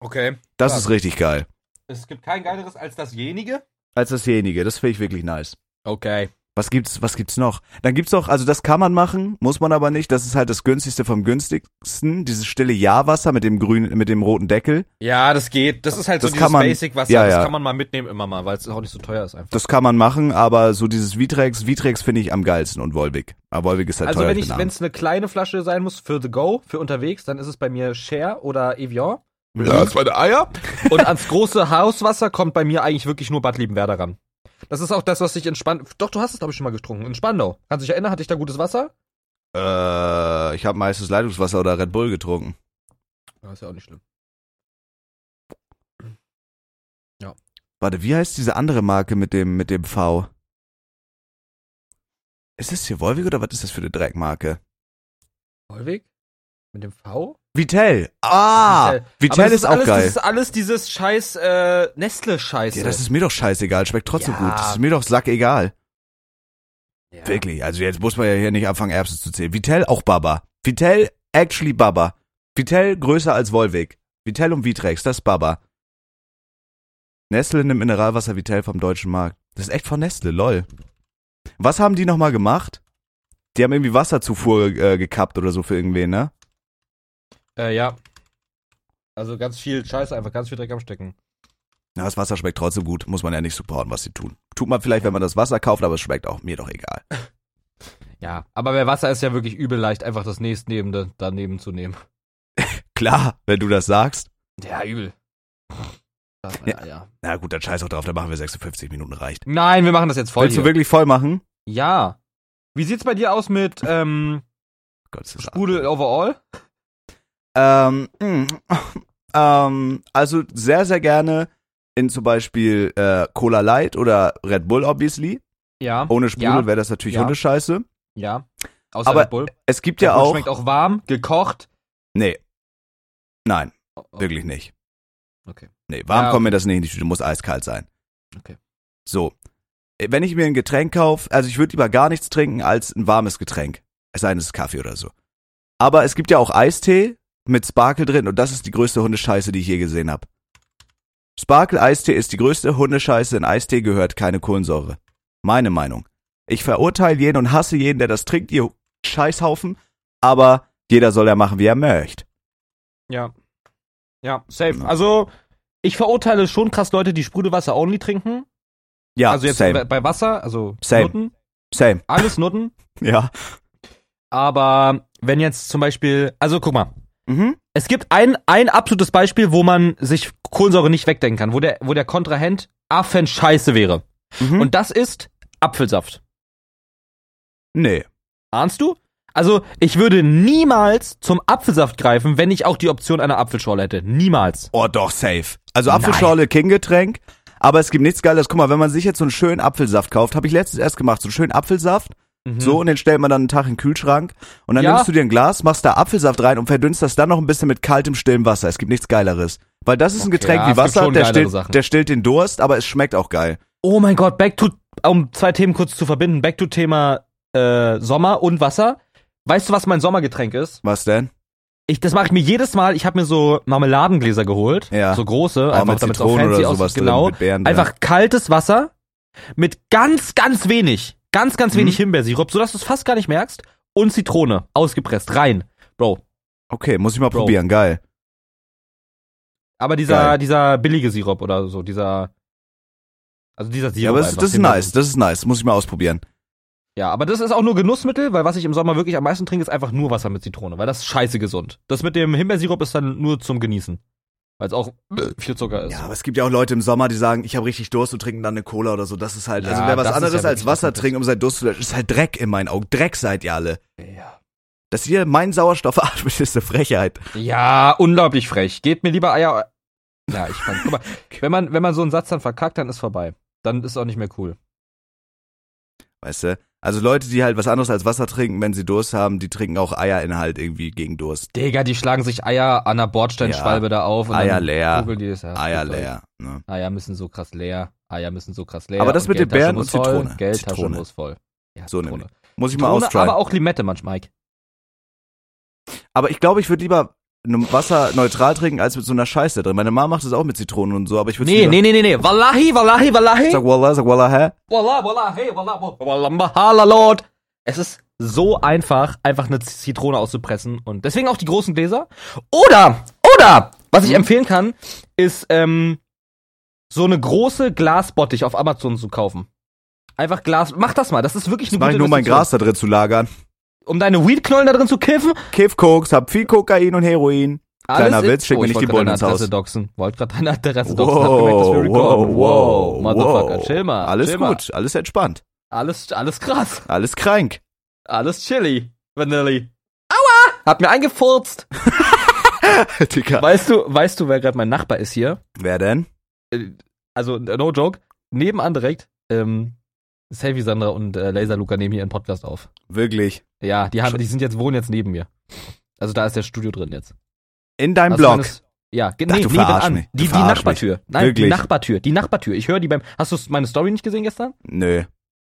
S2: Okay.
S1: Das
S2: Ja.
S1: ist richtig geil.
S2: Es gibt kein geileres als dasjenige.
S1: Als dasjenige, das finde ich wirklich nice.
S2: Okay.
S1: Was gibt's, was gibt's noch? Dann gibt's noch, also das kann man machen, muss man aber nicht. Das ist halt das günstigste vom günstigsten. Dieses stille Ja-Wasser mit dem grünen, mit dem roten Deckel.
S2: Ja, das geht. Das ist halt
S1: Das
S2: so
S1: kann
S2: dieses
S1: man-
S2: Basic-Wasser.
S1: ja,
S2: das
S1: ja.
S2: kann man mal mitnehmen immer mal, weil es auch nicht so teuer ist einfach.
S1: Das kann man machen, aber so dieses Vitrex, Vitrex finde ich am geilsten und Wolwig. Aber Wolwig ist halt
S2: also
S1: teuer.
S2: wenn
S1: ich
S2: ich,
S1: bin
S2: wenn es eine kleine Flasche sein muss für the go, für unterwegs, dann ist es bei mir Cher oder Evian.
S1: arm.
S2: Ja, das meine Eier. Und ans große Hauswasser kommt bei mir eigentlich wirklich nur Bad Liebenwerder ran. Das ist auch das, was ich in Spandau. Doch, du hast es, glaube ich, schon mal getrunken. In Spandau. Kannst du dich erinnern, hatte ich da gutes Wasser?
S1: Äh, ich habe meistens Leitungswasser oder Red Bull getrunken.
S2: Ja, ist ja auch nicht schlimm.
S1: Warte, wie heißt diese andere Marke mit dem, mit dem V? Ist das hier Wolwig oder was ist das für eine Dreckmarke?
S2: Vollweg? Mit dem V?
S1: Vitell. Ah!
S2: Vitell.
S1: Vitell
S2: das
S1: ist, auch
S2: alles,
S1: geil.
S2: Das ist alles dieses scheiß äh, Nestle-Scheiße.
S1: ja, das ist mir doch scheißegal. Schmeckt trotzdem
S2: Ja.
S1: gut. Das ist mir doch sackegal.
S2: Ja.
S1: Wirklich. Also jetzt muss man ja hier nicht anfangen, Erbsen zu zählen. Vitell auch Baba. Vitell actually Baba. Vitell größer als Wolwig. Vitell und Vitrex, das ist Baba. Nestle nimmt Mineralwasser Vitell vom deutschen Markt. Das ist echt von Nestle, lol. Was haben die nochmal gemacht? Die haben irgendwie Wasserzufuhr äh, gekappt oder so für irgendwen, ne?
S2: Äh, ja. Also ganz viel Scheiße, einfach ganz viel Dreck am Stecken.
S1: Ja, das Wasser schmeckt trotzdem gut, muss man ja nicht supporten, was sie tun. Tut man vielleicht, wenn man das Wasser kauft, aber es schmeckt auch mir doch egal.
S2: Ja. Aber bei Wasser ist ja wirklich übel leicht, einfach das nächstnehmende daneben zu nehmen.
S1: Klar, wenn du das sagst.
S2: Ja, übel.
S1: Ja. Na gut, dann scheiß auch drauf, dann machen wir 56 Minuten reicht.
S2: Nein, wir machen das jetzt voll.
S1: Willst du wirklich voll machen?
S2: Ja. Wie sieht's bei dir aus mit ähm,
S1: Gott sei Dank.
S2: Sprudel overall?
S1: Ähm, mm, (laughs) ähm, also sehr, sehr gerne in zum Beispiel äh, Cola Light oder Red Bull, obviously.
S2: Ja.
S1: Ohne Sprudel
S2: Ja.
S1: wäre das natürlich
S2: Ja.
S1: Hundescheiße.
S2: Ja. Außer
S1: Aber
S2: Red Bull.
S1: Es gibt
S2: Red
S1: ja
S2: Bull
S1: auch.
S2: Schmeckt auch warm, gekocht.
S1: Nee. Nein,
S2: Oh, oh.
S1: wirklich nicht.
S2: Okay.
S1: Nee, warm
S2: Ja,
S1: kommt mir das nicht in die Tüte, muss eiskalt sein.
S2: Okay.
S1: So. Äh, Wenn ich mir ein Getränk kaufe, also ich würde lieber gar nichts trinken als ein warmes Getränk. Es sei denn, es ist Kaffee oder so. Aber es gibt ja auch Eistee mit Sparkle drin und das ist die größte Hundescheiße, die ich je gesehen habe. Sparkle-Eistee ist die größte Hundescheiße. In Eistee gehört keine Kohlensäure. Meine Meinung. Ich verurteile jeden und hasse jeden, der das trinkt, ihr Scheißhaufen. Aber jeder soll ja machen, wie er möchte.
S2: Ja. Ja, safe.
S1: Ja.
S2: Also, ich verurteile schon krass Leute, die Sprudelwasser only trinken.
S1: Ja,
S2: also jetzt bei-
S1: same,
S2: bei Wasser, also
S1: Same.
S2: Nutten,
S1: same.
S2: alles Nutten.
S1: Ja.
S2: Aber wenn jetzt zum Beispiel, also guck mal,
S1: Mhm.
S2: Es gibt ein, ein absolutes Beispiel, wo man sich Kohlensäure nicht wegdenken kann, wo der, wo der Kontrahent Affen scheiße wäre.
S1: mhm.
S2: Und das ist Apfelsaft.
S1: nee.
S2: Ahnst du? Also, ich würde niemals zum Apfelsaft greifen, wenn ich auch die Option einer Apfelschorle hätte. Niemals.
S1: Oh, doch, safe. Also
S2: Nein.
S1: Apfelschorle, King-Getränk. Aber es gibt nichts Geiles. Guck mal, wenn man sich jetzt so einen schönen Apfelsaft kauft, habe ich letztens erst gemacht, so einen schönen Apfelsaft. So, und den stellt man dann einen Tag in den Kühlschrank. Und dann
S2: Mhm. Ja.
S1: nimmst du dir ein Glas, machst da Apfelsaft rein und verdünnst das dann noch ein bisschen mit kaltem, stillem Wasser. Es gibt nichts Geileres. Weil das ist ein
S2: Okay,
S1: Getränk
S2: ja,
S1: wie
S2: es gibt
S1: Wasser,
S2: schon
S1: der
S2: geilere
S1: stillt,
S2: Sachen.
S1: der stillt den Durst, aber es schmeckt auch geil.
S2: Oh mein Gott, back to, um zwei Themen kurz zu verbinden, back to Thema äh, Sommer und Wasser. Weißt du, was mein Sommergetränk ist?
S1: Was denn?
S2: Ich, das mache ich mir jedes Mal. Ich habe mir so Marmeladengläser geholt.
S1: Ja.
S2: So große.
S1: Ah, mit
S2: damit's
S1: Zitronen oder
S2: aussieht.
S1: sowas drin,
S2: Genau.
S1: mit Beeren drin.
S2: einfach kaltes Wasser mit ganz, ganz wenig, ganz, ganz wenig
S1: Mhm.
S2: Himbeersirup, sodass du es fast gar nicht merkst. Und Zitrone. Ausgepresst. Rein. Bro.
S1: Okay, muss ich mal
S2: Bro.
S1: probieren. Geil.
S2: Aber dieser,
S1: Geil.
S2: dieser billige Sirup oder so, dieser. Also dieser Sirup.
S1: ja, aber das,
S2: einfach,
S1: das ist
S2: den man-
S1: nice. Das ist nice. Muss ich mal ausprobieren.
S2: Ja, aber das ist auch nur Genussmittel, weil was ich im Sommer wirklich am meisten trinke, ist einfach nur Wasser mit Zitrone, weil das ist scheiße gesund. Das mit dem Himbeersirup ist dann nur zum Genießen. Weil es auch äh, viel Zucker ist.
S1: Ja, aber es gibt ja auch Leute im Sommer, die sagen, ich habe richtig Durst und trinken dann eine Cola oder so. Das ist halt, also
S2: Ja,
S1: wer was
S2: das ist ja
S1: anderes als
S2: wirklich
S1: Wasser
S2: was
S1: trinkt, um seinen Durst zu löschen, ist halt Dreck in meinen Augen. Dreck seid ihr alle.
S2: Ja.
S1: Dass ihr meinen Sauerstoff (laughs) atmet, ist eine Frechheit.
S2: Ja, unglaublich frech. Gebt mir lieber Eier. Ja, ich fand.
S1: (laughs)
S2: Guck mal, wenn man, wenn man so einen Satz dann verkackt, dann ist vorbei. Dann ist auch nicht mehr cool.
S1: Weißt du? Also Leute, die halt was anderes als Wasser trinken, wenn sie Durst haben, die trinken auch Eierinhalt irgendwie gegen Durst.
S2: Digga, die schlagen sich Eier an der Bordsteinschwalbe da auf und
S1: Eier
S2: dann
S1: leer.
S2: googeln die das. Ja,
S1: Eier
S2: gibt's
S1: leer. Ne?
S2: auch. Eier Ah müssen so krass leer. Eier müssen so krass leer.
S1: Aber das
S2: Und
S1: mit den
S2: Geldtasche
S1: Beeren
S2: muss
S1: und
S2: voll,
S1: Zitrone.
S2: Geldtasche
S1: Zitrone.
S2: muss voll. Ja,
S1: So
S2: Zitrone.
S1: nämlich. Muss ich mal
S2: Zitrone,
S1: austryen.
S2: aber
S1: Aber,
S2: auch Limette manchmal, Mike.
S1: ich glaube, ich würde lieber einem Wasser neutral trinken als mit so einer Scheiße da drin. Meine Mama macht das auch mit Zitronen und so, aber ich würde
S2: Nee, nee, nee, nee, nee. Wallahi, wallahi, wallahi.
S1: Sag Wallah, sag Wallah, hä?
S2: Wallah, wallah, hey, wallah, wallah, wallah, mahala, Lord. Es ist so einfach, einfach eine Zitrone auszupressen und deswegen auch die großen Gläser. Oder, oder, was
S1: Mhm.
S2: ich empfehlen kann, ist, ähm, so eine große Glasbottich auf Amazon zu kaufen. Einfach Glas, mach das mal, das ist wirklich eine
S1: Mach ich nur mein Gras
S2: Investition.
S1: da drin zu lagern.
S2: Um deine Weedknollen da drin zu kiffen?
S1: Kiff Koks, hab viel Kokain und Heroin. Kleiner
S2: Alles ist-
S1: Witz, schick mir
S2: ich
S1: nicht
S2: wollte
S1: die Bullen
S2: deine
S1: ins
S2: Adresse
S1: Haus.
S2: doxen. Wollte gerade deine Adresse doxen. hab gemerkt, dass wir
S1: Wow,
S2: recorden.
S1: wow, wow,
S2: Motherfucker, chill mal.
S1: Alles
S2: chill Mal.
S1: gut, alles entspannt.
S2: Alles, alles krass.
S1: Alles krank. (laughs)
S2: Alles Chili, Vanilli. Aua! Hab mir eingefurzt.
S1: Digga.
S2: Weißt du, weißt du, wer gerade mein Nachbar ist hier?
S1: Wer denn?
S2: Also, no joke. Nebenan direkt, ähm, Savvy Sandra und äh, Laser Luca nehmen hier einen Podcast auf.
S1: Wirklich.
S2: Ja, die haben, die sind jetzt, wohnen jetzt neben mir. Also da ist das Studio drin jetzt.
S1: In deinem
S2: Hast du
S1: Blog.
S2: meines- Also Ja, ge-
S1: Ach,
S2: nee,
S1: du verarsch
S2: nebenan.
S1: mich. Du
S2: Die, die
S1: verarsch mich.
S2: Nachbartür. Nein, die
S1: Wirklich?
S2: Nachbartür, die Nachbartür. Ich höre die beim, hast du meine Story nicht gesehen gestern?
S1: Nö.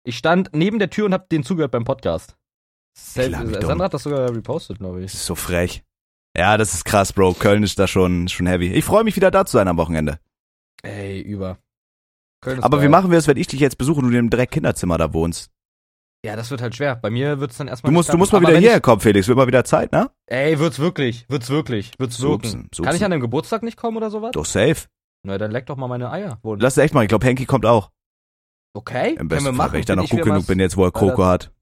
S2: Ich stand neben der Tür und hab denen zugehört beim Podcast. Sav-
S1: Klar, wie dumm.
S2: Sandra hat das sogar repostet, glaube ich.
S1: Das ist so frech. Ja, das ist krass, Bro. Köln ist da schon, schon heavy. Ich freue mich wieder da zu sein am Wochenende.
S2: Ey, über. Köln ist
S1: Aber
S2: geil.
S1: wie machen wir es, wenn ich dich jetzt besuche und du in dem direkt Kinderzimmer da wohnst?
S2: Ja, das wird halt schwer. Bei mir wird's dann erstmal.
S1: Du musst, du
S2: nicht
S1: musst mal
S2: klappen.
S1: wieder
S2: Aber wenn
S1: hierher kommen, Felix. Wird mal wieder Zeit, ne?
S2: Ich, ey, wird's wirklich. Wird's wirklich. Wird's wirken.
S1: Supsen, supsen.
S2: Kann ich an deinem Geburtstag nicht kommen oder sowas?
S1: Doch, safe.
S2: Na, dann leck doch mal meine Eier. Wo-
S1: Lass es echt mal. Ich glaube, Henki kommt auch.
S2: Okay.
S1: Im
S2: können wir
S1: besten Fall,
S2: machen.
S1: wenn ich da noch
S2: Find
S1: gut
S2: wär
S1: genug
S2: was.
S1: bin, jetzt wo er
S2: Weil
S1: Kroko hat.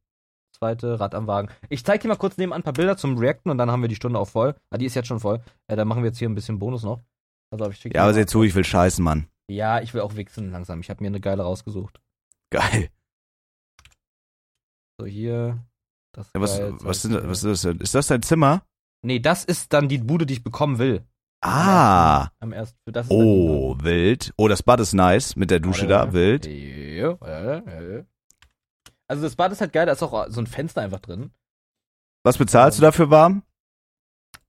S2: Zweite Rad am Wagen. Ich zeig dir mal kurz nebenan ein paar Bilder zum Reacten und dann haben wir die Stunde auch voll. Ah, die ist jetzt schon voll. Äh, dann machen wir jetzt hier ein bisschen Bonus noch. Also, aber ich schick dir
S1: Ja, aber
S2: mal-
S1: seh zu, ich will scheißen, Mann.
S2: Ja, ich will auch wichsen langsam. Ich habe mir eine geile rausgesucht.
S1: Geil.
S2: So, hier. Das ist
S1: Ja, was,
S2: geil,
S1: was,
S2: zeig
S1: sind,
S2: dir.
S1: was ist das denn? Ist das dein Zimmer?
S2: Nee, das ist dann die Bude, die ich bekommen will.
S1: Ah.
S2: Am ersten. Das ist dann die Bude.
S1: Oh, wild. Oh, das Bad ist nice. Mit der Dusche da, wild.
S2: Ja, ja, ja. äh, Also das Bad ist halt geil, da ist auch so ein Fenster einfach drin.
S1: Was bezahlst du dafür warm?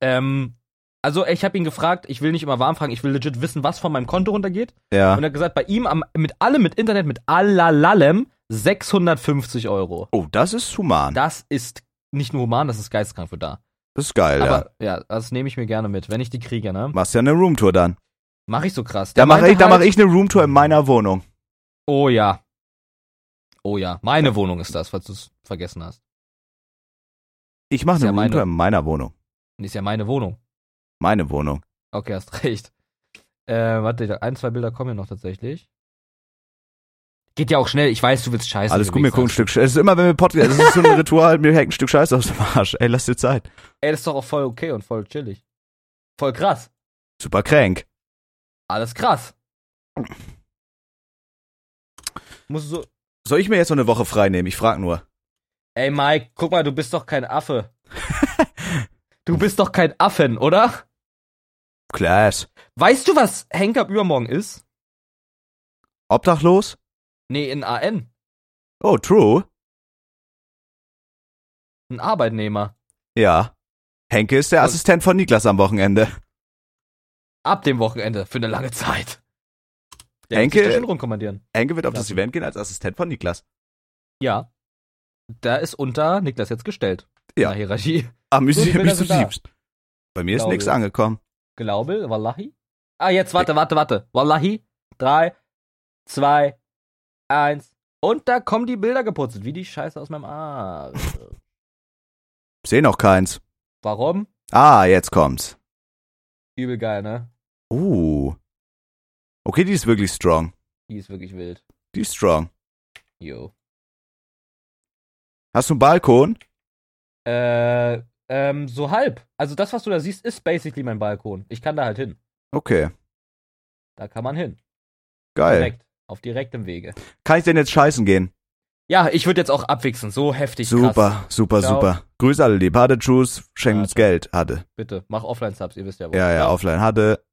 S2: Ähm, also ich habe ihn gefragt, ich will nicht immer warm fragen, ich will legit wissen, was von meinem Konto runtergeht.
S1: Ja.
S2: Und er hat gesagt, bei ihm am, mit allem, mit Internet, mit allerlallem 650 Euro.
S1: Oh, das ist human.
S2: Das ist nicht nur human, das ist geisteskrank für da.
S1: Das ist geil, ja.
S2: Aber ja, das nehme ich mir gerne mit, wenn ich die kriege, ne?
S1: Machst ja eine Roomtour dann.
S2: Mach ich so krass.
S1: Da
S2: Der
S1: mache
S2: meinte
S1: ich, da
S2: halt-
S1: mache ich eine Roomtour in meiner Wohnung.
S2: Oh ja. Oh ja, meine Wohnung ist das, falls du es vergessen hast.
S1: Ich mache
S2: Ist
S1: eine
S2: ja meine.
S1: Roomtour in meiner Wohnung.
S2: Und ist ja meine Wohnung.
S1: Meine Wohnung.
S2: Okay, hast recht. Äh, warte, da- ein, zwei Bilder kommen ja noch tatsächlich. Geht ja auch schnell, ich weiß, du willst scheiße.
S1: Alles
S2: du
S1: gut, mir
S2: Wichser.
S1: gucken ein Stück Scheiße. Es ist immer, wenn wir Podcast, es
S2: (laughs)
S1: ist so ein Ritual, mir hängt ein Stück Scheiße aus dem Arsch. Ey, lass dir Zeit.
S2: Ey, das ist doch auch voll okay und voll chillig. Voll krass.
S1: Super crank.
S2: Alles krass. Muss so.
S1: Soll ich mir jetzt noch eine Woche frei nehmen? Ich frag nur.
S2: Ey, Mike, guck mal, du bist doch kein Affe. du bist doch kein Affen, oder?
S1: Class.
S2: Weißt du, was Hank ab übermorgen ist?
S1: Obdachlos?
S2: Nee, ein AN.
S1: Oh, true.
S2: Ein Arbeitnehmer.
S1: Ja. Henke ist der Assistent von Niklas am Wochenende.
S2: Ab dem Wochenende, für eine lange Zeit. Der
S1: Henke-
S2: muss sich da schön rumkommandieren.
S1: Henke wird auf das
S2: Lassen.
S1: Event gehen als Assistent von Niklas.
S2: Ja. Da ist unter Niklas jetzt gestellt.
S1: Ja.
S2: Na, Hierarchie.
S1: Ah,
S2: So, die
S1: Amüsiert
S2: Bilder
S1: mich du
S2: sind da.
S1: liebst. Bei mir ist
S2: Glaube
S1: nichts
S2: ich.
S1: angekommen.
S2: Glaube, Wallahi. Ah, jetzt, warte, warte, warte. Wallahi. Drei, zwei, eins. Und da kommen die Bilder geputzelt, wie die Scheiße aus meinem Arsch.
S1: Seh noch keins.
S2: Warum?
S1: Ah, jetzt kommt's.
S2: Übel geil, ne?
S1: Uh. Okay, die ist wirklich strong.
S2: Die ist wirklich wild.
S1: Die ist strong.
S2: Yo.
S1: Hast du einen Balkon?
S2: Äh, ähm, so halb. Also das, was du da siehst, ist basically mein Balkon. Ich kann da halt hin.
S1: Okay,
S2: Da kann man hin.
S1: geil.
S2: Direkt. Auf direktem Wege.
S1: Kann ich denn jetzt scheißen gehen?
S2: Ja, ich würde jetzt auch abwichsen. So heftig krass.
S1: super, super,
S2: Ciao.
S1: super. Grüß alle lieb. Hatte, tschüss. Schenkt uns
S2: Ja, ciao.
S1: Geld. Hatte.
S2: Bitte, mach Offline-Subs, ihr wisst ja wo.
S1: Ja, ja, offline. Hatte.